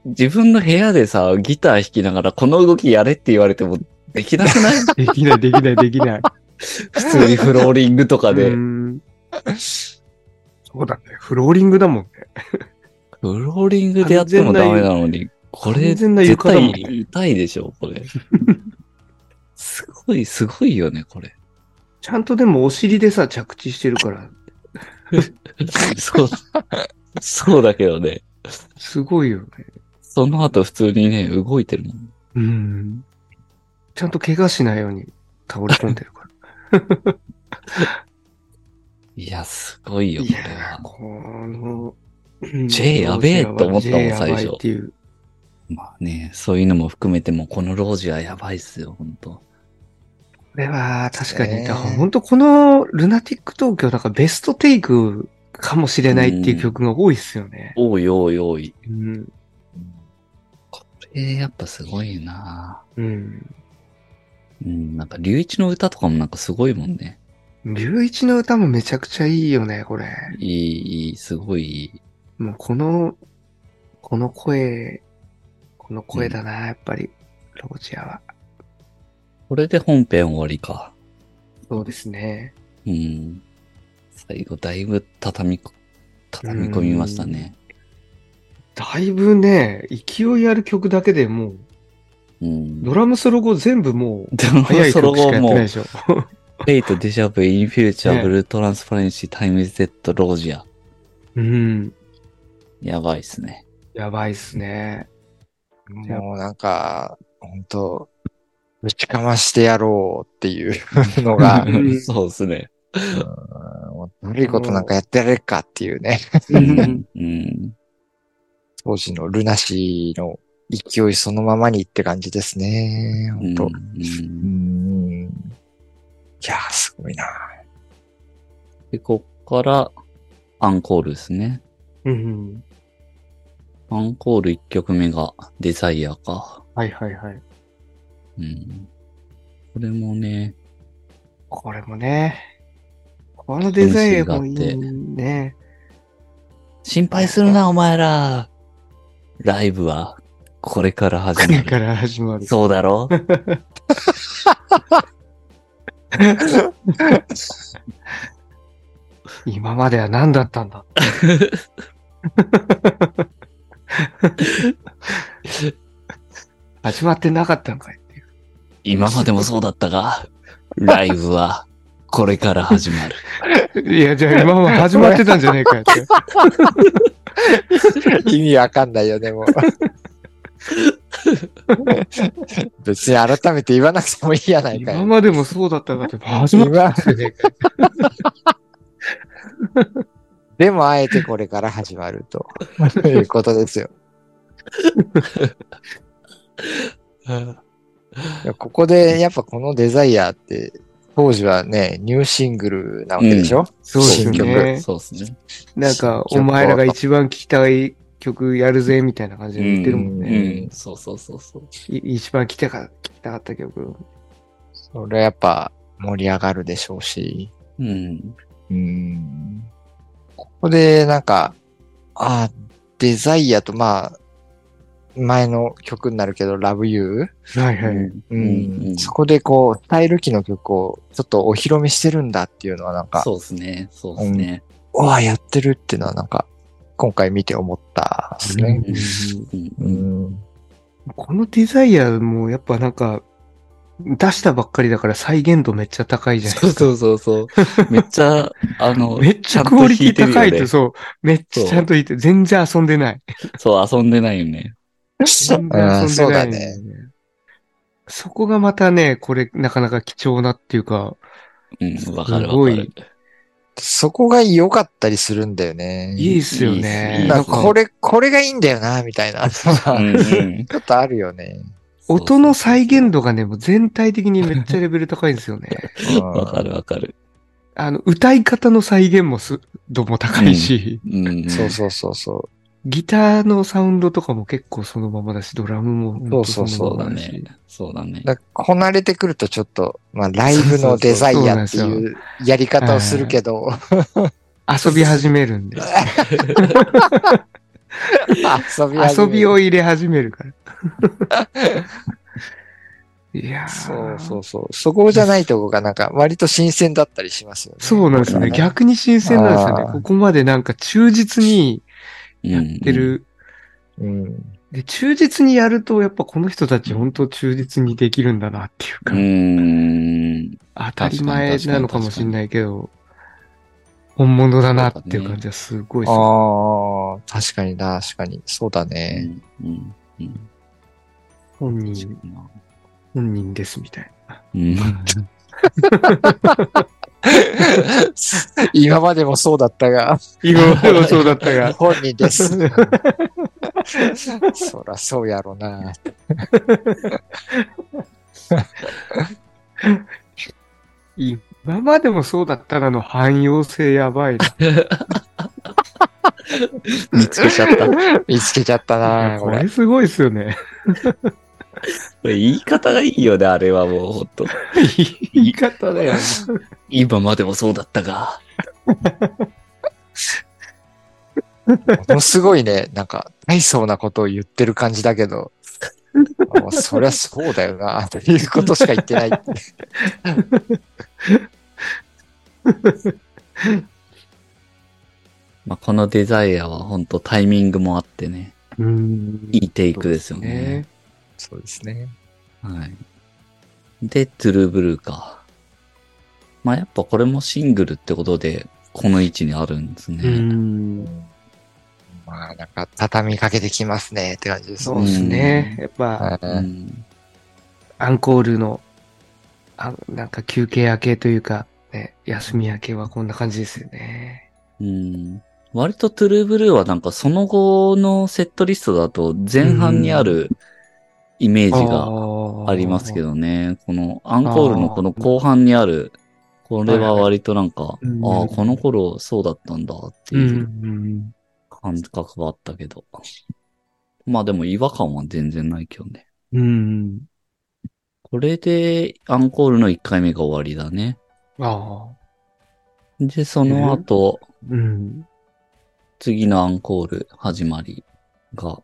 Speaker 1: 自分の部屋でさ、ギター弾きながら、この動きやれって言われても、できなくない
Speaker 3: できない、できない、できない。
Speaker 1: 普通にフローリングとかで。
Speaker 3: うーんそうだね。フローリングだもんね。
Speaker 1: フローリングでやってもダメなのに、これ、
Speaker 3: 完全な
Speaker 1: 絶
Speaker 3: 床だもん
Speaker 1: 対
Speaker 3: ね
Speaker 1: 痛いでしょ、これ。すごい、すごいよね、これ。 *laughs*
Speaker 3: ちゃんとでもお尻でさ、着地してるから、
Speaker 1: そう、そうだけどね。
Speaker 3: すごいよね。
Speaker 1: その後普通にね、動いてるもん。
Speaker 3: うん。ちゃんと怪我しないように倒れ込んでるから。
Speaker 1: *laughs* いや、すごいよ、
Speaker 3: い
Speaker 1: これ
Speaker 3: やー、
Speaker 1: は。
Speaker 3: この、うん
Speaker 1: J やべえと思ったもん
Speaker 3: J やばい
Speaker 1: 最初
Speaker 3: っていう。
Speaker 1: まあね、そういうのも含めても、このロージはやばいっすよ、本当
Speaker 3: これは、確かに。
Speaker 2: ね
Speaker 3: だから本当この、ルナティック東京なんかベストテイクかもしれないっていう曲が多いっすよね。
Speaker 1: おいおいおい。
Speaker 3: うん。
Speaker 1: これ、やっぱすごいな
Speaker 3: うん。
Speaker 1: うん、なんか、龍一の歌とかもなんかすごいもんね。
Speaker 3: 龍一の歌もめちゃくちゃいいよね、これ。
Speaker 1: いい、いい、すごいいい。
Speaker 3: もうこの、この声、この声だな、やっぱり、ロジアは。
Speaker 1: これで本編終わりか。
Speaker 3: そうですね。
Speaker 1: うん。最後、だいぶ畳みこ、畳み込みましたね。
Speaker 3: だいぶね、勢いある曲だけでもう、
Speaker 1: うん。
Speaker 3: ドラムソロ後全部もう、
Speaker 1: でも
Speaker 3: 早い
Speaker 1: その
Speaker 3: 曲しかや
Speaker 1: 後
Speaker 3: ってない
Speaker 1: も
Speaker 3: で、しょ。
Speaker 1: フェイト、デジャブ、インフューチャ
Speaker 3: ね
Speaker 1: ー、ブルートランスパレンシー、タイムズデッド、ロージア。
Speaker 3: *laughs* うん。
Speaker 1: やばいっすね。
Speaker 3: やばいっすね。
Speaker 2: もうなんか、ほんと、ぶちかましてやろうっていうの
Speaker 3: *laughs*
Speaker 2: が、
Speaker 3: ん
Speaker 1: *laughs* そうっすね。
Speaker 2: うんもう悪いことなんかやってられるかっていうね、
Speaker 1: う
Speaker 3: うん
Speaker 1: ん。うん。
Speaker 2: 当時のルナシーの勢いそのままにって感じですね、
Speaker 1: う
Speaker 2: ほん
Speaker 1: ん
Speaker 2: と。う
Speaker 1: うん
Speaker 2: ん。いやー、すごいな。 *laughs*
Speaker 1: で、こっから、アンコールですね。
Speaker 3: うん。
Speaker 1: アンコール1曲目が、デザイアか。
Speaker 3: はいはいはい。
Speaker 1: うん。これもね、
Speaker 3: これもね、このデザインもいい *laughs* ね。
Speaker 1: 心配するな、お前ら。ライブは、これから始ま
Speaker 3: 国
Speaker 1: る。
Speaker 3: から始まる。
Speaker 1: そうだろ
Speaker 3: 今までは何だったん *laughs* だ。始まってなかったのかいっていう。
Speaker 1: 今までもそうだったが、ライブは、これから始まる。
Speaker 3: いや、じゃあ今は始まってたんじゃねえかよって。
Speaker 2: 意味わかんないよね、もう。別に改めて言わなくてもいいやないか
Speaker 3: 今
Speaker 2: い。
Speaker 3: までもそうだったかって。始まったんじゃねえかよ。
Speaker 2: *laughs* でも、あえてこれから始まるということですよ。いやここで、やっぱこのデザイアって、当時はね、ニューシングルなわけでしょ、
Speaker 3: *laughs* そうです
Speaker 2: 新
Speaker 3: ね。
Speaker 1: そうですね。
Speaker 3: なんか、お前らが一番聴きたい曲やるぜ、みたいな感じで言ってるもん
Speaker 1: う
Speaker 3: ね。
Speaker 1: ん、そうそうそうそう。
Speaker 3: い一番聴きたか聴きたかった曲。
Speaker 2: それはやっぱ盛り上がるでしょうし。
Speaker 1: うん。
Speaker 2: うん。ここで、なんか、あデザイアと、まあ、前の曲になるけど、Love You?
Speaker 3: はいはい。
Speaker 2: うん
Speaker 1: うんうん
Speaker 2: そこでこう、スタイル機の曲をちょっとお披露目してるんだっていうのはなんか、
Speaker 1: そうですね。そうですね。
Speaker 2: うわ、やってるっていうのはなんか、今回見て思ったですね。
Speaker 3: う
Speaker 1: う
Speaker 3: ん
Speaker 1: ん
Speaker 2: うん。
Speaker 3: このデザイアもやっぱなんか、出したばっかりだから再現度めっちゃ高いじゃない
Speaker 1: そ
Speaker 3: で
Speaker 1: う
Speaker 3: すか。
Speaker 1: そうそうそう。めっちゃ、あの、
Speaker 3: *laughs* めっちゃクオリティ
Speaker 1: ちゃんと
Speaker 3: 高
Speaker 1: 弾い
Speaker 3: いっ
Speaker 1: るよ
Speaker 3: てて、
Speaker 1: ね
Speaker 3: そう。めっちゃちゃんと弾いて、全然遊んでない。
Speaker 1: そう、遊んでないよね。
Speaker 3: 全然遊ん
Speaker 2: そ
Speaker 3: で
Speaker 2: う
Speaker 3: な
Speaker 2: だ
Speaker 3: い、
Speaker 2: ね。。
Speaker 3: そこがまたね、これなかなか貴重なっていうか、
Speaker 1: うん、わかる
Speaker 3: す
Speaker 1: わか
Speaker 3: ごい
Speaker 1: る。
Speaker 2: そこが良かったりするんだよね。
Speaker 3: いいっすよね。
Speaker 1: いいっす
Speaker 2: な
Speaker 3: なんん
Speaker 2: か
Speaker 3: か
Speaker 2: これ、これがいいんだよな、みたいな。 *laughs* ち
Speaker 1: うん
Speaker 2: ょ
Speaker 1: うん
Speaker 2: っとあるよね。
Speaker 3: 音の再現度がね、もう全体的にめっちゃレベル高いんですよね。 *laughs*
Speaker 2: うん
Speaker 1: わかるわかる。
Speaker 3: あの、歌い方の再現もす、度も高いし、
Speaker 1: うん。
Speaker 2: そうそうそうそ
Speaker 3: ギターのサウンドとかも結構そのままだし、ドラムもほんと
Speaker 2: そう
Speaker 3: そ
Speaker 1: そ
Speaker 3: の
Speaker 1: う
Speaker 3: ま
Speaker 1: だ
Speaker 3: まだし
Speaker 1: ね。。そうだね
Speaker 2: う。。だからこなれてくるとちょっと、まあ、ライブのデザイアって
Speaker 3: そうそうそうそうなん
Speaker 2: いうやり方をするけど、
Speaker 3: 遊び始めるんで。
Speaker 2: *laughs* 遊び始め
Speaker 3: 遊
Speaker 2: る
Speaker 3: びを入れ始めるから。いやー
Speaker 2: そうそうそう。そこじゃないとこがなんか割と新鮮だったりしますよね。
Speaker 3: そうなんですよね。
Speaker 2: これは
Speaker 3: 逆に新鮮なんですよね
Speaker 2: あ。ー
Speaker 3: ここまでなんか忠実に
Speaker 1: や
Speaker 3: やって。る
Speaker 2: うん。
Speaker 3: で、忠実にやると、やっぱこの人たち本当忠実にできるんだなっていう
Speaker 1: う
Speaker 3: か、
Speaker 1: ーん。
Speaker 3: 当たり前なのかもしれないけど、本物だなっていう感じはすごいする
Speaker 2: ああ、確かにな、確かに。そうだ *laughs* ね。
Speaker 1: うん。うん。
Speaker 3: 本
Speaker 1: そう
Speaker 3: 人、
Speaker 1: だな
Speaker 3: 本人ですみたいな。
Speaker 1: うん。
Speaker 2: 今までもそうだったが、
Speaker 3: 今でもそうだったが。
Speaker 2: 本人 *laughs* です。そらそうやろな。
Speaker 3: 今までもそうだったらの汎用性やばいな。
Speaker 1: 見つけちゃった。こ
Speaker 2: 見つけちゃったな、
Speaker 3: *laughs* こ
Speaker 2: これ。
Speaker 3: れすごいですよね。
Speaker 1: れ言い方がいいよね、あれはもう、ほんと。
Speaker 3: *laughs* 言い方だよね。
Speaker 1: 今までもそうだったが。
Speaker 2: ものすごいね、なんか、大層なことを言ってる感じだけど、もうそりゃそうだよな、ということしか言ってない。
Speaker 1: まあ、このデザイアはほんとタイミングもあってね、
Speaker 3: *laughs* うん。
Speaker 1: いいテイクですよね。
Speaker 2: そうですね。
Speaker 1: はい。で、トゥルーブルーか。まあ、やっぱこれもシングルってことで、この位置にあるんですね。
Speaker 3: うん。
Speaker 2: まあ、なんか、畳みかけてきますね、って感じです
Speaker 3: そうですね。やっぱ、
Speaker 2: ね。
Speaker 1: う
Speaker 2: うん
Speaker 1: ん
Speaker 3: アンコールの、あなんか休憩明けというか、ね、休み明けはこんな感じですよね。
Speaker 1: うん割とトゥルーブルーはなんかその後のセットリストだと前半にあるイメージが
Speaker 3: が
Speaker 1: ありますけ。どね。このアンコールのこの後半にある、これは割となんか、
Speaker 3: いはい
Speaker 1: あ
Speaker 3: う
Speaker 1: あ、
Speaker 3: ん
Speaker 1: この頃そうだったんだって
Speaker 3: う。
Speaker 1: いうん感覚はあったけど。まあでも違和感は全然ないけどね。
Speaker 3: うん。
Speaker 1: これでアンコールの1回目が終わりだね。
Speaker 3: ああ。
Speaker 1: で、その後、
Speaker 3: うん。
Speaker 1: 次のアンコール始まりが、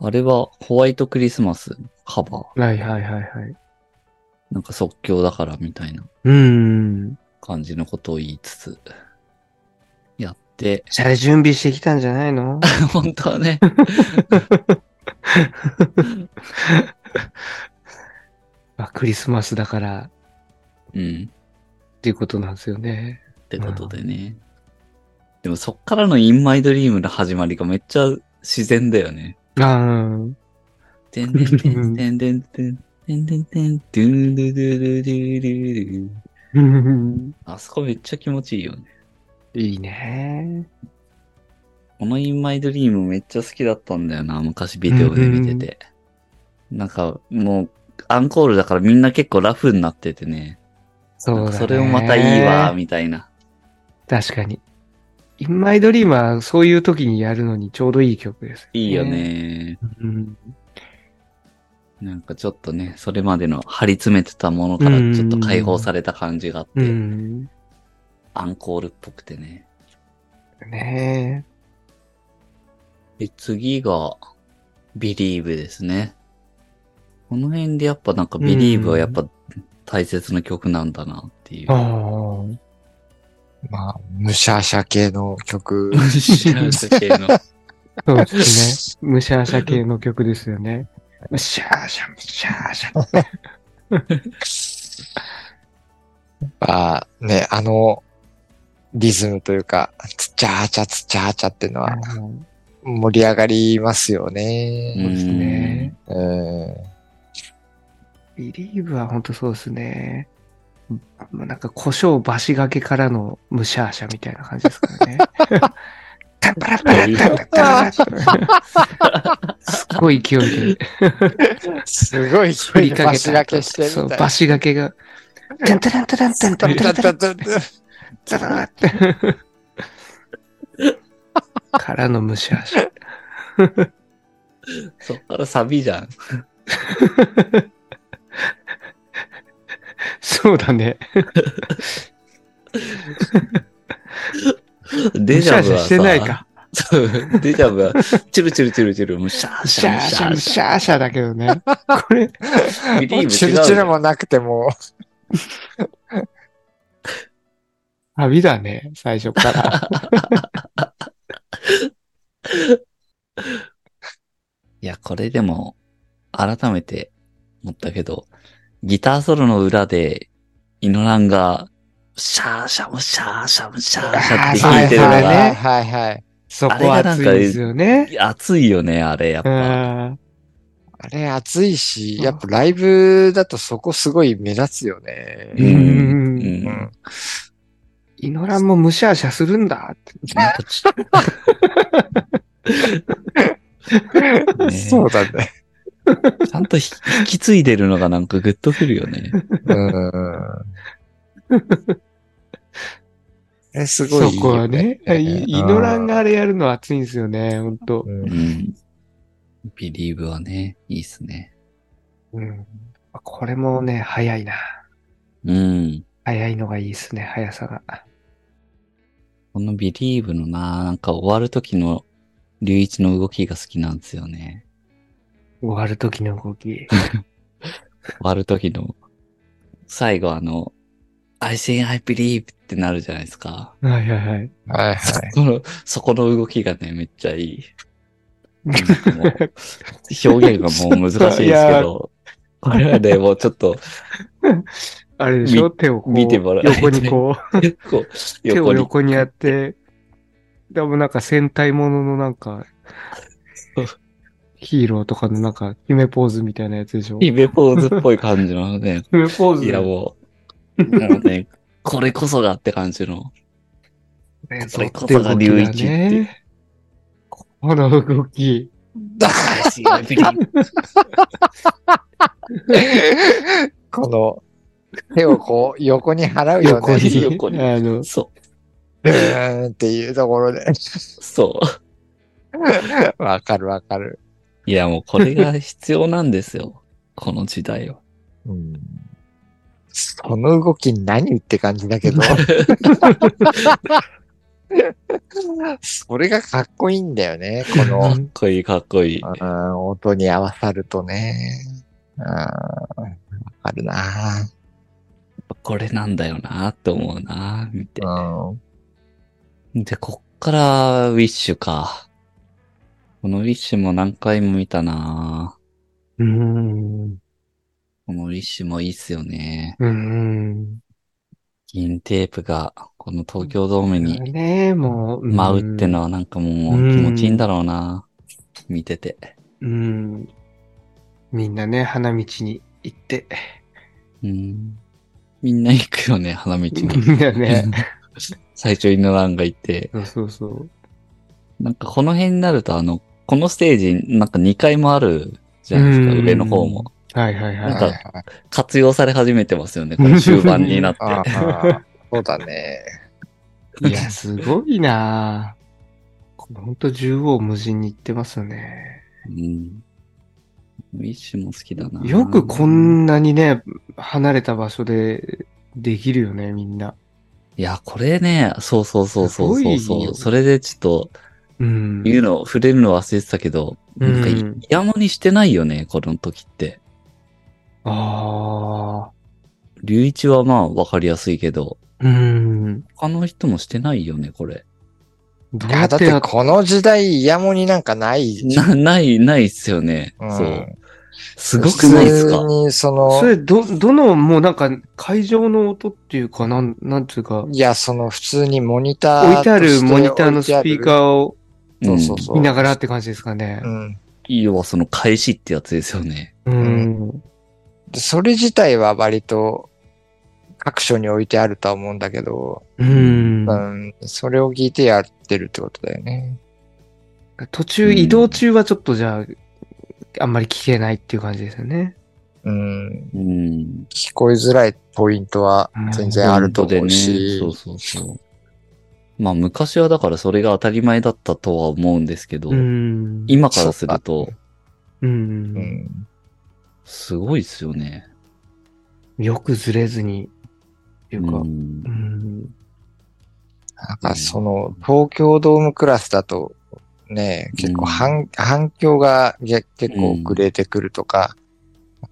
Speaker 1: あれはホワイトクリスマスカバー。
Speaker 3: はいはいはいはい。
Speaker 1: なんか即興だからみたいな
Speaker 3: うん。
Speaker 1: 感じのことを言いつつ、やって、
Speaker 3: シャレ準備してきたんじゃない
Speaker 1: *laughs*
Speaker 3: の
Speaker 1: 本当はね、
Speaker 3: あクリスマスだから
Speaker 1: うん、
Speaker 3: っていうことなんですよね。
Speaker 1: ってことでね。でもそっからのインマイドリームの始まりがめっちゃ自然だよね。
Speaker 3: あー
Speaker 1: てんてんてんてんてんてん。てんてんてん、ドゥンドゥドゥドゥドゥドゥドゥ。
Speaker 3: うん。
Speaker 1: あそこめっちゃ気持ちいいよね。
Speaker 3: いいね。
Speaker 1: この In My Dream めっちゃ好きだったんだよな、昔ビデオで見てて。なんかもう、アンコールだからみんな結構ラフになっててね。
Speaker 3: そうだ
Speaker 1: なんか
Speaker 3: ね。
Speaker 1: それもまたいいわ、。みたいな。
Speaker 3: 確かに。In My Dream はそういう時にやるのにちょうどいい曲です、
Speaker 1: いいよ。ね。
Speaker 3: うん。
Speaker 1: なんかちょっとね、それまでの張り詰めてたものからちょっと解放された感じがあって、
Speaker 3: うん。
Speaker 1: アンコールっぽくてね。
Speaker 3: ね
Speaker 1: で、次が、Believe ですね。この辺でやっぱなんか Believe はやっぱ大切な曲なんだなっていう *laughs*
Speaker 3: え。。ああ。
Speaker 2: まあ、むしゃしゃ系の曲。
Speaker 1: 幸せ系の。
Speaker 3: そうですね。むしゃしゃ系の曲ですよね。むしゃしゃ、むしゃしゃ。
Speaker 2: まあ、ね、あの、リズムというか、つっちゃーちゃつっちゃーちゃっていうのは盛り上がりますよ
Speaker 1: うん
Speaker 2: ね。
Speaker 3: そうですね。
Speaker 2: うん。
Speaker 3: ビリーブは本当そうですね。まあなんか胡椒ばしがけからのむしゃしゃみたいな感じですからね。タッパラッパラッタッタッタッタッすっごい勢いで
Speaker 2: すごい
Speaker 3: 振
Speaker 2: 勢い
Speaker 3: り
Speaker 2: で
Speaker 3: か
Speaker 2: バ
Speaker 3: け
Speaker 2: シ
Speaker 3: た
Speaker 2: が
Speaker 3: 後。
Speaker 2: けして
Speaker 3: そう、
Speaker 2: みたい
Speaker 3: ば
Speaker 2: な。
Speaker 3: しがけが。タンタランタランタンタンタランタランタランザラッて。からのむしゃしゃ。
Speaker 1: そっからサビじゃん。
Speaker 3: そうだね。
Speaker 1: デジャブはさ。
Speaker 3: してないか。
Speaker 1: そう。デジャブは、チュルチュルチュルチュル、むしゃー
Speaker 3: シ
Speaker 1: しゃ
Speaker 3: ャー
Speaker 1: ーし
Speaker 3: シ
Speaker 1: ゃ
Speaker 3: ャ
Speaker 1: ー
Speaker 3: *laughs*
Speaker 1: し
Speaker 3: ーシャーシャーだけどね。これ、
Speaker 1: ゃー。ビリーブ違う
Speaker 2: チュ
Speaker 1: じ
Speaker 2: ル
Speaker 1: ゃん。
Speaker 2: チュルもなくても、
Speaker 3: サビだね、最初から。
Speaker 1: いや、これでも、改めて思ったけど、ギターソロの裏で、イノランが、シャーシャムシャーシャムシャーシャって弾
Speaker 2: はい
Speaker 1: いてるの
Speaker 2: はいは
Speaker 1: が
Speaker 2: い、はいはい。
Speaker 3: そこは熱いですよね。
Speaker 1: 熱いよね、あれ、やっ
Speaker 3: う
Speaker 1: ぱ。
Speaker 3: ん。
Speaker 2: あれ暑いし、
Speaker 3: うん
Speaker 2: やっぱライブだとそこすごい目立つよね。
Speaker 1: うんう
Speaker 2: うんん。
Speaker 3: イノランもむしゃむしゃするんだって。
Speaker 1: なんかちょっとね
Speaker 2: そうだね。
Speaker 1: ちゃんと引引き継いでるのがなんかグッとくるよね。
Speaker 2: うん。え、すごいいい
Speaker 3: そこ
Speaker 2: よ
Speaker 3: はね。いイノランがあれやるのは熱いんですよね、ほんと
Speaker 2: う。
Speaker 1: うんん。ビリーブはね、いいっすね。
Speaker 3: うん。これもね、早いな。
Speaker 1: うん。
Speaker 3: 早いのがいいですね、速さが。
Speaker 1: このビリーブのな、なんか終わる時の龍一の動きが好きなんですよね。
Speaker 3: 終わる時の動き。
Speaker 1: 終わる時の、最後あの、I think I believe ってなるじゃないですか。
Speaker 3: *laughs* はいはいはい。
Speaker 2: はいはい。
Speaker 1: その、そこの動きがね、めっちゃいい。もう表現がもう難しいですけ
Speaker 3: いや
Speaker 1: ど、これはね、もうちょっと
Speaker 3: あれでしょ手をこう
Speaker 1: 見てもらえて
Speaker 3: 横にこう、
Speaker 1: 結構
Speaker 3: 手
Speaker 1: *laughs* 横
Speaker 3: を
Speaker 1: に
Speaker 3: 横にやって、でもなんか戦隊もののな
Speaker 1: *laughs*
Speaker 3: んか
Speaker 1: そう、
Speaker 3: ヒーローとかのなんか、姫ポーズみたいなやつでしょ
Speaker 1: イベポーズっぽい感じのね、
Speaker 3: 姫ポーズ
Speaker 1: いやもう、なので、これこそがって感じ
Speaker 2: *laughs*
Speaker 1: の。
Speaker 3: ね
Speaker 1: これこそが龍一っていう。
Speaker 3: この動き。
Speaker 2: この、手をこう、横に払うよ
Speaker 3: 横
Speaker 2: ね。
Speaker 3: に。
Speaker 1: 横に
Speaker 3: あの、
Speaker 1: そう、
Speaker 2: うーんっていうところで。
Speaker 1: そう。
Speaker 2: わかるわかる。
Speaker 1: いやもうこれが必要なんですよ。この時代は。
Speaker 2: うん。その動き何って感じだ *laughs* けど。それがかっこいいんだよね。こ
Speaker 1: か
Speaker 2: の
Speaker 1: っ、こいいかっこいい。
Speaker 2: うん音に合わさるとね。うんわかるな
Speaker 1: これなんだよなって思うな見て。
Speaker 2: うん。
Speaker 1: で、こっから、ウィッシュか。このウィッシュも何回も見たな
Speaker 3: うーん。
Speaker 1: このウィッシュもいいっすよね。
Speaker 3: うーん。
Speaker 1: 銀テープが、この東京ドームに
Speaker 3: ねえ、もう。うん
Speaker 1: 舞うってのはなんかもう気持ちいいんだろうな見てて。
Speaker 3: うん。みんなね、花道に行って。
Speaker 1: うん。みんな行くよね、花道
Speaker 3: み
Speaker 1: に。
Speaker 3: んなね。
Speaker 1: *laughs* 最初イノランがいて。
Speaker 3: *laughs* そうそうそう。
Speaker 1: なんかこの辺になると、あの、このステージ、なんか2階もあるじゃないですか、
Speaker 3: うん
Speaker 1: 上の方も。
Speaker 3: はいはい
Speaker 1: なんか
Speaker 3: は
Speaker 1: 活用され始めてますよね、これ終盤になって。
Speaker 2: ああ、そうだね。
Speaker 3: *laughs* い。いや、すごいなぁ。これほんと縦横無尽に行ってますよね。
Speaker 1: うん。ウィッシュも好きだな。
Speaker 3: よくこんなにね、離れた場所でできるよね、みんな。
Speaker 1: いや、これね、そうそうそうそうそう
Speaker 3: すごい
Speaker 1: そう。
Speaker 3: よ
Speaker 1: それでちょっと、
Speaker 3: うん。
Speaker 1: 言うの、触れるの忘れてたけど、
Speaker 3: うん
Speaker 1: なんかい、山にしてないよね、この時って。
Speaker 3: あ
Speaker 1: 龍一はまあ、わかりやすいけど、
Speaker 3: あ。うん。
Speaker 1: 他の人もしてないよね、これ。
Speaker 3: ど
Speaker 2: いや、だっ
Speaker 3: や
Speaker 2: てこの時代、イヤモニなんかないじゃん。
Speaker 1: な、ない、ないっすよね。
Speaker 2: うん
Speaker 1: そう。すごくないっすか
Speaker 2: 普通に、そ
Speaker 3: そ
Speaker 2: の、
Speaker 3: れ、ど、どの、もうなんか、会場の音っていうか、なん、なんていうか、置
Speaker 2: いや、その普通にモニター
Speaker 3: いてあるモニターのスピー
Speaker 2: ー。
Speaker 3: カーを
Speaker 2: そうそうそう。
Speaker 3: 見ながらって感じですかね
Speaker 2: う。ん。
Speaker 1: 要はその開始ってやつですよね。
Speaker 3: うん。
Speaker 2: でそれ自体は割と各所に置いてあるとは思うんだけど、
Speaker 3: うん
Speaker 2: う。ん、それを聞いてやってるってことだよね。
Speaker 3: 途中、移動中はちょっとじゃあ、あんまり聞けないっていう感じですよね。
Speaker 2: うん、
Speaker 1: うん。
Speaker 2: 聞こえづらいポイントは全然あると思うし、
Speaker 1: そうそうそう。まあ昔はだからそれが当たり前だったとは思うんですけど、
Speaker 3: うん。
Speaker 1: 今からする
Speaker 2: そう
Speaker 1: と
Speaker 2: だ、
Speaker 3: う。
Speaker 2: うんん、
Speaker 1: すごいっすよね。
Speaker 3: よくずれずに、っていうか
Speaker 1: う、ん
Speaker 3: う、ん。
Speaker 2: なんかその東京ドームクラスだとね、結構反,、反響がげ結構遅れてくるとか、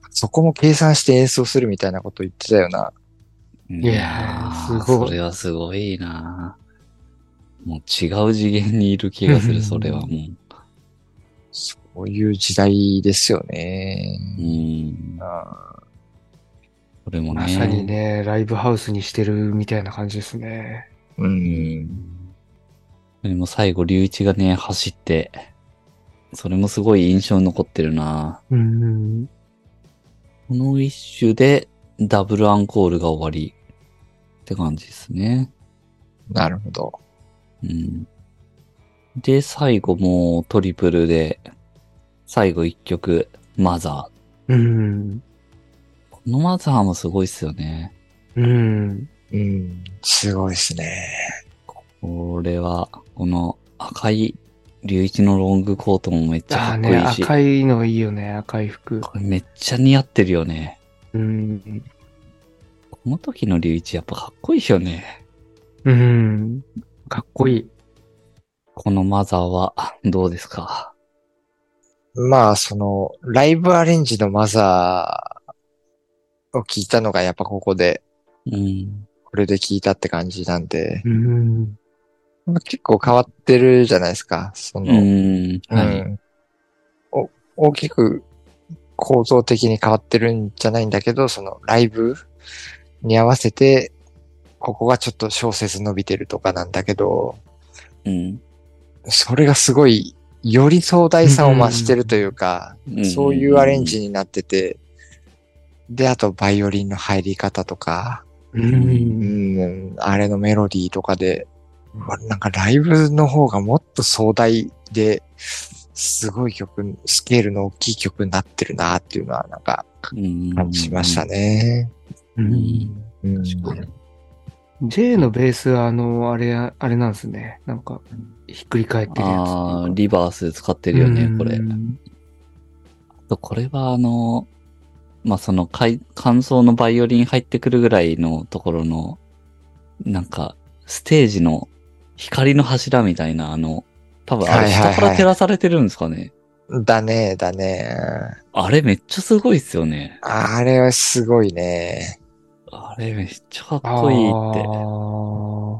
Speaker 2: そこも計算して演奏するみたいなこと言ってたよな。
Speaker 1: い
Speaker 3: やーすごい
Speaker 1: それはすごいなもう違う次元にいる気がす
Speaker 3: う
Speaker 1: る、
Speaker 3: ん
Speaker 1: それはもう。
Speaker 2: そこういう時代ですよね。
Speaker 1: うん。
Speaker 2: あ
Speaker 1: これもね。
Speaker 3: まさにね、ライブハウスにしてるみたいな感じですね。
Speaker 2: ーう。
Speaker 1: うんん。それも最後、龍一がね、走って、それもすごい印象に残ってるな。
Speaker 3: うん。
Speaker 1: この一周で、ダブルアンコールが終わり、って感じですね。
Speaker 2: なるほど。
Speaker 1: うん。で、最後もうトリプルで、最後一曲、マザー。
Speaker 3: うん。
Speaker 1: このマザーもすごいっすよね。
Speaker 3: うん。
Speaker 2: うん。すごいですね。
Speaker 1: これは、この赤い、龍一のロングコートもめっちゃか
Speaker 3: ああ
Speaker 1: っこ
Speaker 3: ね、
Speaker 1: いいし、
Speaker 3: 赤いのいいよね、赤い服。
Speaker 1: これめっちゃ似合ってるよね。
Speaker 3: うん。
Speaker 1: この時の龍一やっぱかっこいいよね。
Speaker 3: うん。かっこいい。
Speaker 1: このマザーはどうですか
Speaker 2: まあ、その、ライブアレンジのマザーを聞いたのがやっぱここで、
Speaker 1: うん。
Speaker 2: これで聞いたって感じなんで、
Speaker 3: うん。
Speaker 2: まあ結構変わってるじゃないですか。そうの、
Speaker 1: ん。
Speaker 2: うん
Speaker 1: はい。
Speaker 2: お大きく構造的に変わってるんじゃないんだけど、そのライブに合わせて、ここがちょっと小説伸びてるとかなんだけど、
Speaker 1: うん。
Speaker 2: それがすごい、より壮大さを増してるというか、
Speaker 1: ん
Speaker 2: そういうアレンジになってて、で、あとバイオリンの入り方とか、
Speaker 3: うん
Speaker 2: う。ん、あれのメロディーとかで、うわなんかライブの方がもっと壮大で、すごい曲、スケールの大きい曲になってるなっていうのはなんか感じました。ね。
Speaker 3: う
Speaker 1: うんん。
Speaker 2: うん。
Speaker 1: 確か
Speaker 3: J のベースは、あの、あれ、あれなんですね。なんか、ひっくり返ってるやつ
Speaker 1: ああ
Speaker 3: っ
Speaker 1: ー、
Speaker 3: てい
Speaker 1: リバース使ってる
Speaker 3: うか。
Speaker 1: よね、これ
Speaker 3: う。ん
Speaker 1: とこれはあの、まあ、その、かい、感想のバイオリン入ってくるぐらいのところの、なんか、ステージの光の柱みたいな、あの、多分あれ
Speaker 2: はいはい
Speaker 1: 下
Speaker 2: はい
Speaker 1: から照らされてるんですかね。
Speaker 2: だね、だね。
Speaker 1: あれめっちゃすごいっすよね。
Speaker 2: あれはすごいね。
Speaker 1: あれめっちゃかっ
Speaker 3: あ
Speaker 1: こいいって。
Speaker 3: ー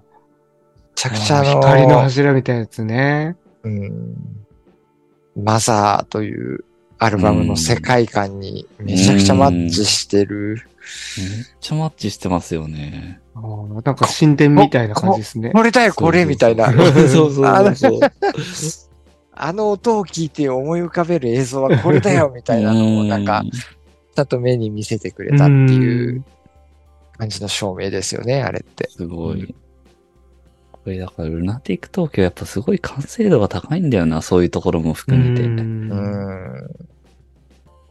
Speaker 2: めちゃくちゃあのー
Speaker 3: 光の柱みたいなやつね。
Speaker 2: うん、マザーというアルバムの世界観にめちゃくちゃマッチしてる。
Speaker 1: めっちゃマッチしてますよね。
Speaker 3: あーなんか神殿みたいな感じですね。
Speaker 2: これだよ、これみたいな。
Speaker 1: そうそうそう
Speaker 2: *laughs* あの
Speaker 1: そうそう。
Speaker 2: あの音を聞いて思い浮かべる映像はこれだよ、みたい
Speaker 1: *laughs*
Speaker 2: なのをなんか、ちゃんと目に見せてくれたっていう感じの証明ですよね、あれって。
Speaker 1: すごい。これだから、ルナティック東京やっぱすごい完成度が高いんだよな、そういうところも
Speaker 3: う
Speaker 1: 含め
Speaker 3: ん。う。
Speaker 1: て。
Speaker 2: うんん。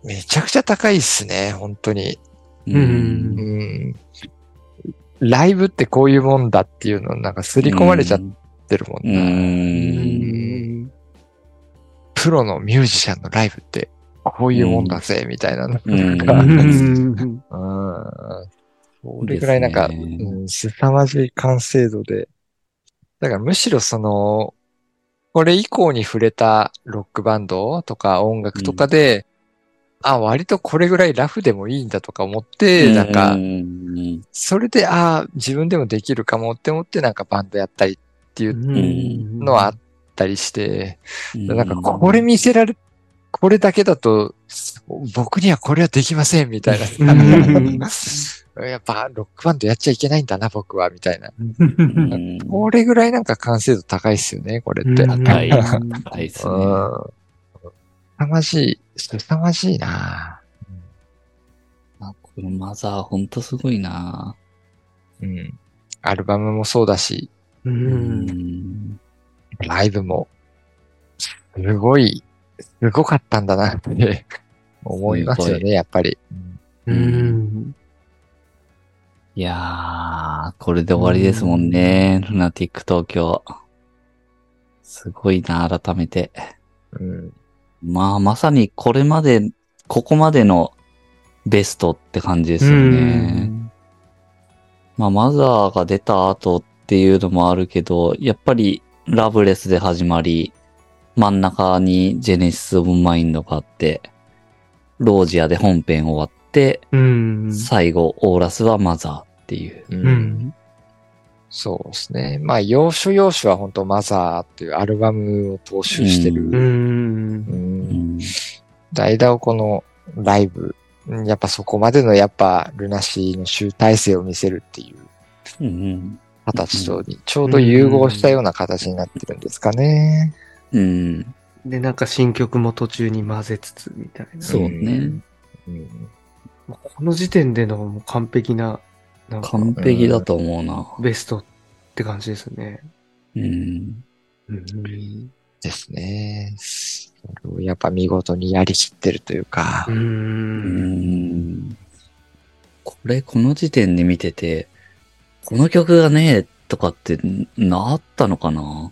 Speaker 2: めちゃくちゃ高いっすね、本当に。
Speaker 1: う。
Speaker 2: うんん。ライブってこういうもんだっていうのなんか刷り込まれちゃってるも
Speaker 1: うん
Speaker 2: な。
Speaker 1: ん。
Speaker 2: プロのミュージシャンのライブってこういうもんだぜ、みたいなの。
Speaker 1: うん
Speaker 2: な
Speaker 3: う
Speaker 2: か
Speaker 3: んん
Speaker 2: うんそれくらいなんか、
Speaker 1: ですね
Speaker 2: うん、凄まじい完成度で。だからむしろその、これ以降に触れたロックバンドとか音楽とかで、あ、割とこれぐらいラフでもいいんだとか思って、なん
Speaker 1: う
Speaker 2: か、
Speaker 1: ん
Speaker 2: それで、あ自分でもできるかもって思って、なんかバンドやったりっていうのはあったりして、なんかこれ見せられ、これだけだと、僕にはこれはできませんみたいな。
Speaker 3: うん
Speaker 2: やっぱロックバンドやっちゃいけないんだな、僕は、みたいな。
Speaker 3: うん
Speaker 1: うん
Speaker 2: これぐらいなんか完成度高いっすよね、これって。うん。
Speaker 1: 高い。高いっすね。
Speaker 2: 凄まじい、凄まじいな
Speaker 1: あこのマザーほんとすごいな
Speaker 2: うん。アルバムもそうだし、
Speaker 3: うん
Speaker 1: ん。
Speaker 2: ライブも、すごい、すごかったんだなって思いますよ
Speaker 1: す
Speaker 2: ね、やっぱり。
Speaker 3: うん
Speaker 1: いやー、これで終わりですもんね。ルナティック東京。すごいな、改めて。
Speaker 2: うん。
Speaker 1: まあ、まさにこれまで、ここまでのベストって感じですよね。まあ、マザーが出た後っていうのもあるけど、やっぱりラブレスで始まり、真ん中にジェネシス・オブ・マインドがあって、ロージアで本編終わって、
Speaker 3: うん。
Speaker 1: 最後、オーラスはマザーっていう。
Speaker 2: う
Speaker 3: うん。
Speaker 2: そうですね。まあ、要所要所は本当マザーっていうアルバムを踏襲して
Speaker 3: う
Speaker 2: る。
Speaker 3: ん
Speaker 2: う。。
Speaker 1: うんん。
Speaker 2: 代打をこのライブ。うんやっぱそこまでのやっぱルナシーの集大成を見せるっていう
Speaker 1: うん。
Speaker 2: 形とちょうど融合したような形になってるんですかね。
Speaker 1: うん。
Speaker 3: で、なんか新曲も途中に混ぜつつみたいな。
Speaker 1: そうね。
Speaker 2: うん
Speaker 3: もうこの時点でのもう完璧な、なんか
Speaker 1: 完璧だと思うな。
Speaker 3: ベストって感じですね。
Speaker 1: うん。
Speaker 3: うん。
Speaker 2: ですね。やっぱ見事にやりきってるというか
Speaker 3: う。。
Speaker 1: うんん。これ、この時点で見てて、この曲がねえとかってなったのかな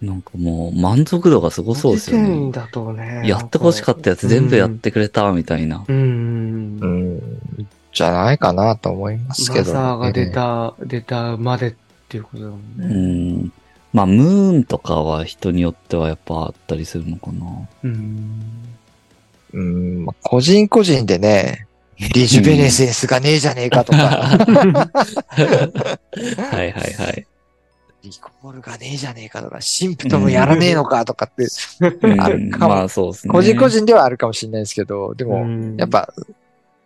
Speaker 1: なんかもう満足度がすごそうですよ
Speaker 3: この時点
Speaker 1: ね。
Speaker 3: だとね。
Speaker 1: やってほしかったやつ全部やってくれたみたいな。
Speaker 3: た。うん。
Speaker 2: う
Speaker 3: マ
Speaker 2: ん。じゃないかなと思います
Speaker 3: ザ
Speaker 2: けど、
Speaker 3: ーが出た、出たまでっていうことだもん
Speaker 1: う
Speaker 3: ね。
Speaker 1: ん。まあ、ムーンとかは人によってはやっぱあったりするのかな。
Speaker 3: うん。
Speaker 2: うん、まあ個人個人でね、リジュベネセンスがねえじゃねえかとか、
Speaker 1: はいはいはい。
Speaker 2: リコールがねえじゃねえかとか、シンプトムやらねえのかとかって、
Speaker 1: うん
Speaker 2: あるかも
Speaker 1: まあそうですね。
Speaker 2: 個人個人ではあるかもしれないですけど、でも、
Speaker 3: も
Speaker 2: やっ、ぱ、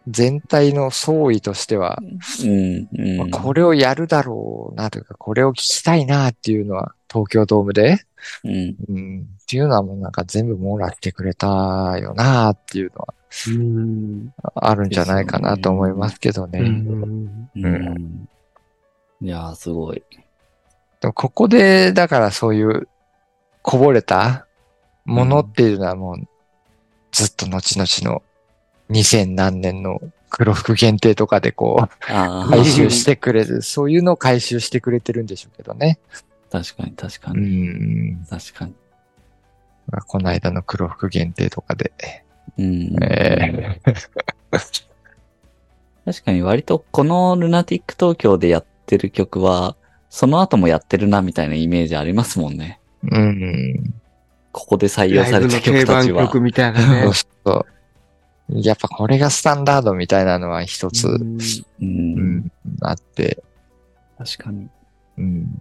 Speaker 2: 全体の総意としては、
Speaker 1: うん。うん。
Speaker 2: まあこれをやるだろうなというか、これを聞きたいなっていうのは、東京ドームで、
Speaker 1: うん。
Speaker 2: うん、っていうのはもうなんか全部もらってくれたよなっていうのは
Speaker 3: うん。
Speaker 2: あるんじゃないかなと思いますけどね。
Speaker 3: うん
Speaker 1: う。
Speaker 2: うん
Speaker 1: いやー、すごい。
Speaker 2: でもここで、だからそういうこぼれたものっていうのはもうずっと後々の2000何年の黒服限定とかでこう
Speaker 1: あ
Speaker 2: 回
Speaker 1: あ、
Speaker 2: 収してくれる、そういうのを回収してくれてるんでしょうけどね。
Speaker 1: 確かに確か
Speaker 2: う
Speaker 1: に。
Speaker 2: ん。
Speaker 1: 確かに。
Speaker 2: まあこの間の黒服限定とかで。
Speaker 1: うん。
Speaker 2: ええ
Speaker 1: 確かに割とこのルナティック東京でやってる曲は、その後もやってるなみたいなイメージありますもんね。
Speaker 2: うん。
Speaker 1: ここで採用
Speaker 3: ラ
Speaker 1: さ
Speaker 3: イ
Speaker 1: れ
Speaker 3: ブ
Speaker 1: た
Speaker 3: の
Speaker 1: 曲
Speaker 3: 定
Speaker 1: た
Speaker 3: 番
Speaker 1: ちは。
Speaker 3: 曲みたい
Speaker 2: そ
Speaker 3: な
Speaker 1: *laughs*
Speaker 2: うそう。やっぱこれがスタンダードみたいなのは一つ、
Speaker 3: ね。
Speaker 1: うん。
Speaker 2: うんあって、
Speaker 1: 確かに。
Speaker 2: うん。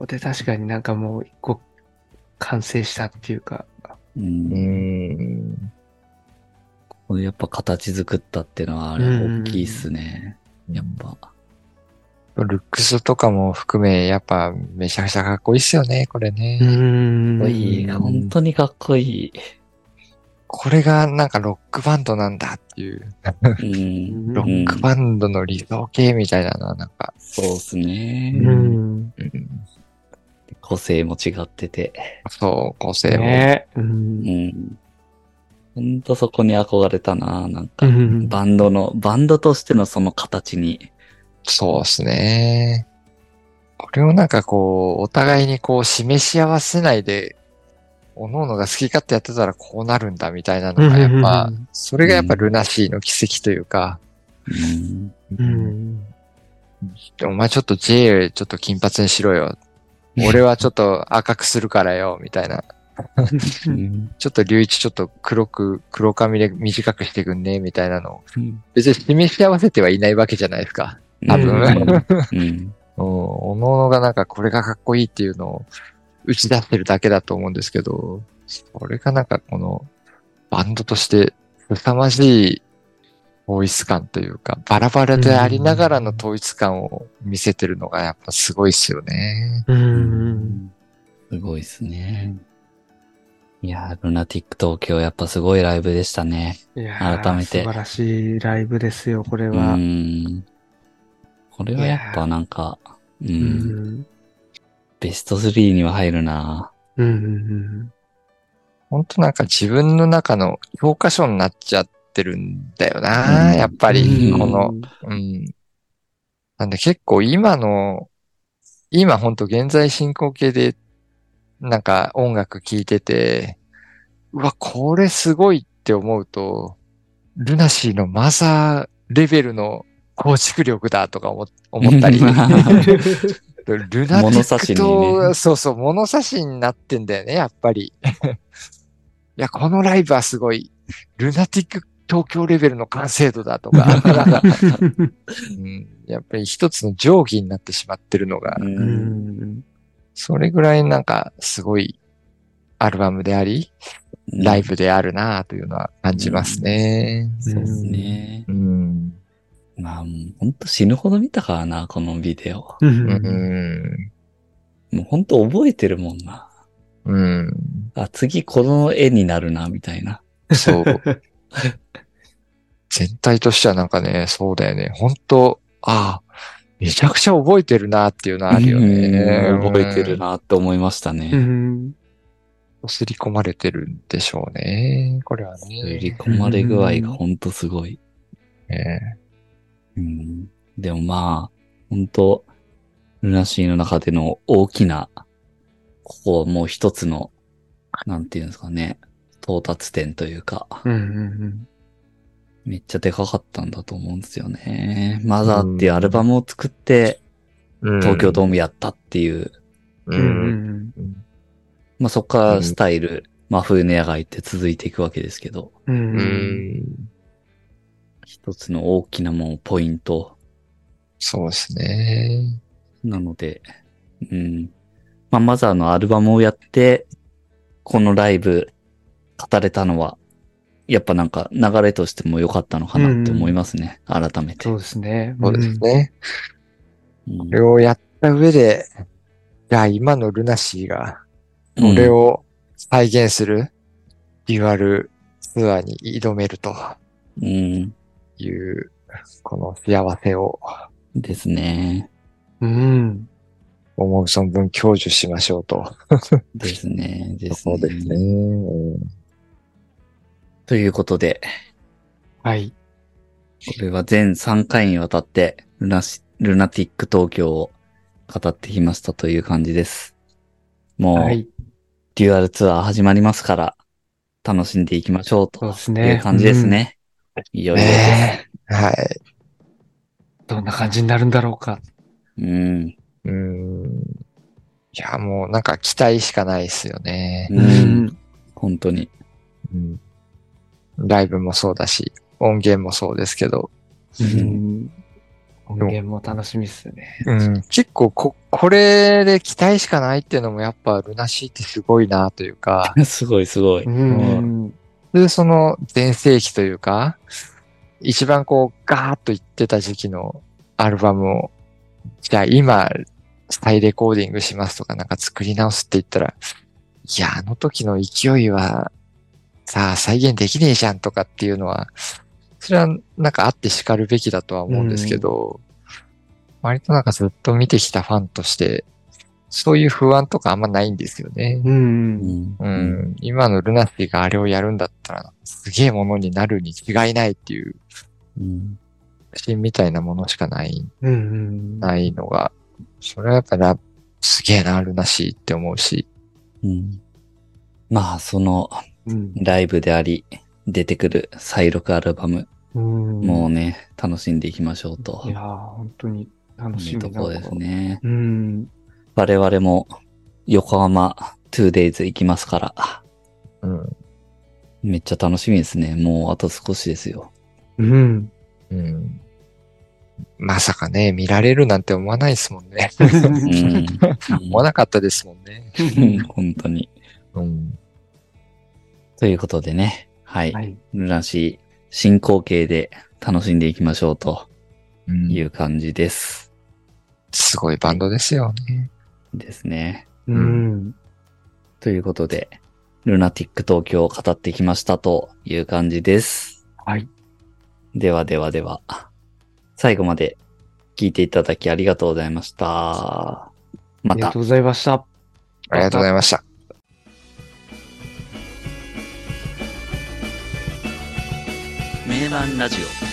Speaker 3: ここで確かになんかもう一個完成したっていうか、
Speaker 1: うん。
Speaker 2: うん
Speaker 1: ここでやっぱ形作ったっていうのはあれ大きいっすね。やっぱ。
Speaker 2: ルックスとかも含め、やっぱめちゃくちゃかっこいいっすよね、これね。
Speaker 3: ん
Speaker 1: かっこいい。本当にかっこいい。
Speaker 2: これがなんかロックバンドなんだっていう、
Speaker 1: うん。
Speaker 2: ロックバンドの理想系みたいなのはなんか、
Speaker 1: そうっすね。
Speaker 3: うん。
Speaker 2: うん
Speaker 1: 個性も違ってて。
Speaker 2: そう、個性も。
Speaker 3: ねう。
Speaker 1: うんん。ほんとそこに憧れたななんか
Speaker 3: う、ん
Speaker 1: バンドの、バンドとしてのその形に。
Speaker 2: そうですね。これをなんかこう、お互いにこう、示し合わせないで、おのおのが好き勝手やってたらこうなるんだみたいなのが、やっぱ
Speaker 3: うんうんうん、
Speaker 2: それがやっぱルナシーの奇跡というか、
Speaker 1: うん。
Speaker 3: うん。
Speaker 2: お前ちょっと J ちょっと金髪にしろよ。
Speaker 1: *laughs*
Speaker 2: 俺はちょっと赤くするからよ、みたいな。
Speaker 1: うん
Speaker 2: ちょっと龍一ちょっと黒く、黒髪で短くしてくんね、みたいなのを。別に示し合わせてはいないわけじゃないですか。多分
Speaker 1: うん。
Speaker 2: うん。おのおのがなんかこれがかっこいいっていうのを打ち出してるだけだと思うんですけど、それがなんかこのバンドとして凄まじい統一感というか、バラバラでありながらの統一感を見せてるのがやっぱすごいっすよね。
Speaker 3: う。
Speaker 1: うんんすごいっすね。いやー、ルナティック東京やっぱすごいライブでしたね。
Speaker 3: いやー
Speaker 1: 改めて
Speaker 3: 素晴らしいライブですよ、これ
Speaker 1: う
Speaker 3: は。
Speaker 1: ん。これはやっぱなんか、う。
Speaker 3: うんん。
Speaker 1: ベスト3には入るな
Speaker 3: うんうん
Speaker 2: ほんとなんか自分の中の教科書になっちゃってるんだよな、
Speaker 1: うん
Speaker 2: やっぱり、
Speaker 1: うん
Speaker 2: この、、うん。なんで結構今の、今ほんと現在進行形で、なんか音楽聴いてて、うわ、これすごいって思うと、ルナシーのマザーレベルの構築力だとか思思っ
Speaker 1: *laughs*
Speaker 2: たり。ルナティ
Speaker 1: 物差
Speaker 2: ッ
Speaker 1: し
Speaker 2: ク
Speaker 1: に
Speaker 2: と、
Speaker 1: ね
Speaker 2: そうそう、物差しになってんだよね、やっぱ
Speaker 1: *laughs*
Speaker 2: り。いや、このライブはすごい、
Speaker 1: *laughs*
Speaker 2: ルナティック東京レベルの完成度だとか、なんか
Speaker 3: うん
Speaker 2: うんやっぱり一つの定規になってしまってるのが、
Speaker 1: う
Speaker 3: うんん。
Speaker 2: それぐらいなんかすごいアルバムであり、ライブであるなというのは感じますね。
Speaker 1: そうですね。
Speaker 2: うん。
Speaker 1: まあ、もうほんと死ぬほど見たからな、このビデオ。
Speaker 3: う。
Speaker 2: うんん。
Speaker 1: もうほんと覚えてるもんな。
Speaker 2: うん。
Speaker 1: あ、次この絵になるな、みたいな。 *laughs*
Speaker 2: そう。全体としてはなんかね、そうだよね。本当ああ、めちゃくちゃ覚えてるなっていうのはあるよね。
Speaker 1: うん覚えてるなって思いましたね。
Speaker 3: うん。
Speaker 2: うん。刷り込まれてるんでしょうね。これは
Speaker 1: 売
Speaker 2: ね。
Speaker 1: り込まれ具合がほんとすごい。
Speaker 2: ね
Speaker 1: うん、でもまあ、ほんと、ルナシーの中での大きな、ここはもう一つの、なんていうんですかね、到達点というか、
Speaker 3: うんうん
Speaker 1: めっちゃでかかったんだと思うんですよね。マザーっていうアルバムを作って、東京ドームやったっていう、
Speaker 2: う。
Speaker 3: うん。うんん
Speaker 1: まあそこからスタイル、真冬の野外って続いていくわけですけど、
Speaker 3: うん。う。
Speaker 2: うんん。
Speaker 1: 一つの大きなもうポイント、
Speaker 2: そうですね。
Speaker 1: なので、うん。まあ、マザーのアルバムをやって、このライブ、語れたのは、やっぱなんか流れとしても良かったのかなって思いますね。改めて。
Speaker 3: そうですね。
Speaker 2: そうですね。
Speaker 1: うん
Speaker 2: これをやった上で、いや、今のルナシーが、これ。を再現する、デュアルツアーに挑めると
Speaker 1: うん。
Speaker 2: いう、この幸せを
Speaker 1: ですね。
Speaker 3: うん。
Speaker 2: 思う存分享受しましょうと。
Speaker 1: ですね。です
Speaker 2: そ
Speaker 1: ね。
Speaker 2: うですね。うん
Speaker 1: ということで、
Speaker 3: はい。
Speaker 1: これは全3回にわたってルナシ、ルナティック東京を語ってきましたという感じです。もう、
Speaker 3: はい。
Speaker 1: デュアルツアー始まりますから、楽しんでいきましょうと
Speaker 3: そうです
Speaker 1: い
Speaker 3: ね
Speaker 1: う。感じですね。いよいよです。
Speaker 2: ねえ。はい。
Speaker 3: うん。どんな感じになるんだろうか。
Speaker 1: うん。
Speaker 2: うん。いや、もうなんか期待しかないですよね。
Speaker 1: う。
Speaker 3: うんん。
Speaker 1: 本当に。 *laughs*
Speaker 2: うんライブもそうだし、音源もそうですけど、
Speaker 3: うん音源も楽しみっすね。
Speaker 2: うん、結構こ、これで期待しかないっていうのもやっぱルナシーってすごいなというか、
Speaker 1: すごいすごい。
Speaker 3: うん。
Speaker 2: で、その全盛期というか、一番こうガーッといってた時期のアルバムを、じゃあ今再レコーディングしますとかなんか作り直すって言ったら、いや、あの時の勢いはさあ再現できねえじゃんとかっていうのは、それはなんかあって叱るべきだとは思うんですけど、割となんかずっと見てきたファンとして、そういう不安とかあんまないんですよね。
Speaker 3: うん。
Speaker 2: う。ん、今のルナティがあれをやるんだったら、すげえものになるに違いないっていう、
Speaker 1: うん。
Speaker 2: 心みたいなものしかない、
Speaker 3: うんうん。
Speaker 2: ないのが、それはやっぱラすげえな、ルナシーって思うし、
Speaker 1: うん。まあ、その、
Speaker 3: うん。
Speaker 1: ライブであり、出てくる再録アルバム、も
Speaker 3: も
Speaker 1: うね、楽しんでいきましょうと
Speaker 3: い。やー、本当に楽し
Speaker 1: い
Speaker 3: み
Speaker 1: う
Speaker 3: だ
Speaker 1: と
Speaker 3: な
Speaker 1: ころです。ね。
Speaker 3: うん。
Speaker 1: 我々も、横浜 2days 行きますから、
Speaker 2: うん。
Speaker 1: めっちゃ楽しみですね。もうあと少しですよ。
Speaker 3: うん。
Speaker 2: うん。まさかね、見られるなんて思わないですもんね。
Speaker 1: うん。
Speaker 2: *laughs* 思わなかったですもんね。
Speaker 1: うん *laughs* 本当に。
Speaker 2: うん。
Speaker 1: ということでね、はい。
Speaker 3: *laughs* はい。
Speaker 1: ルナシー、進行形で楽しんでいきましょうと
Speaker 2: うん
Speaker 1: いう感じです。
Speaker 2: すごいバンドですよね。
Speaker 1: ですね。
Speaker 3: うん。
Speaker 1: ということで、ルナティック東京を語ってきましたという感じです。
Speaker 3: はい。
Speaker 1: ではではでは、最後まで聞いていただきありがとうございました。
Speaker 3: あ
Speaker 1: ま
Speaker 3: りが
Speaker 1: た
Speaker 3: とうございました。
Speaker 2: ありがとうございました。
Speaker 1: 名盤ラジオ。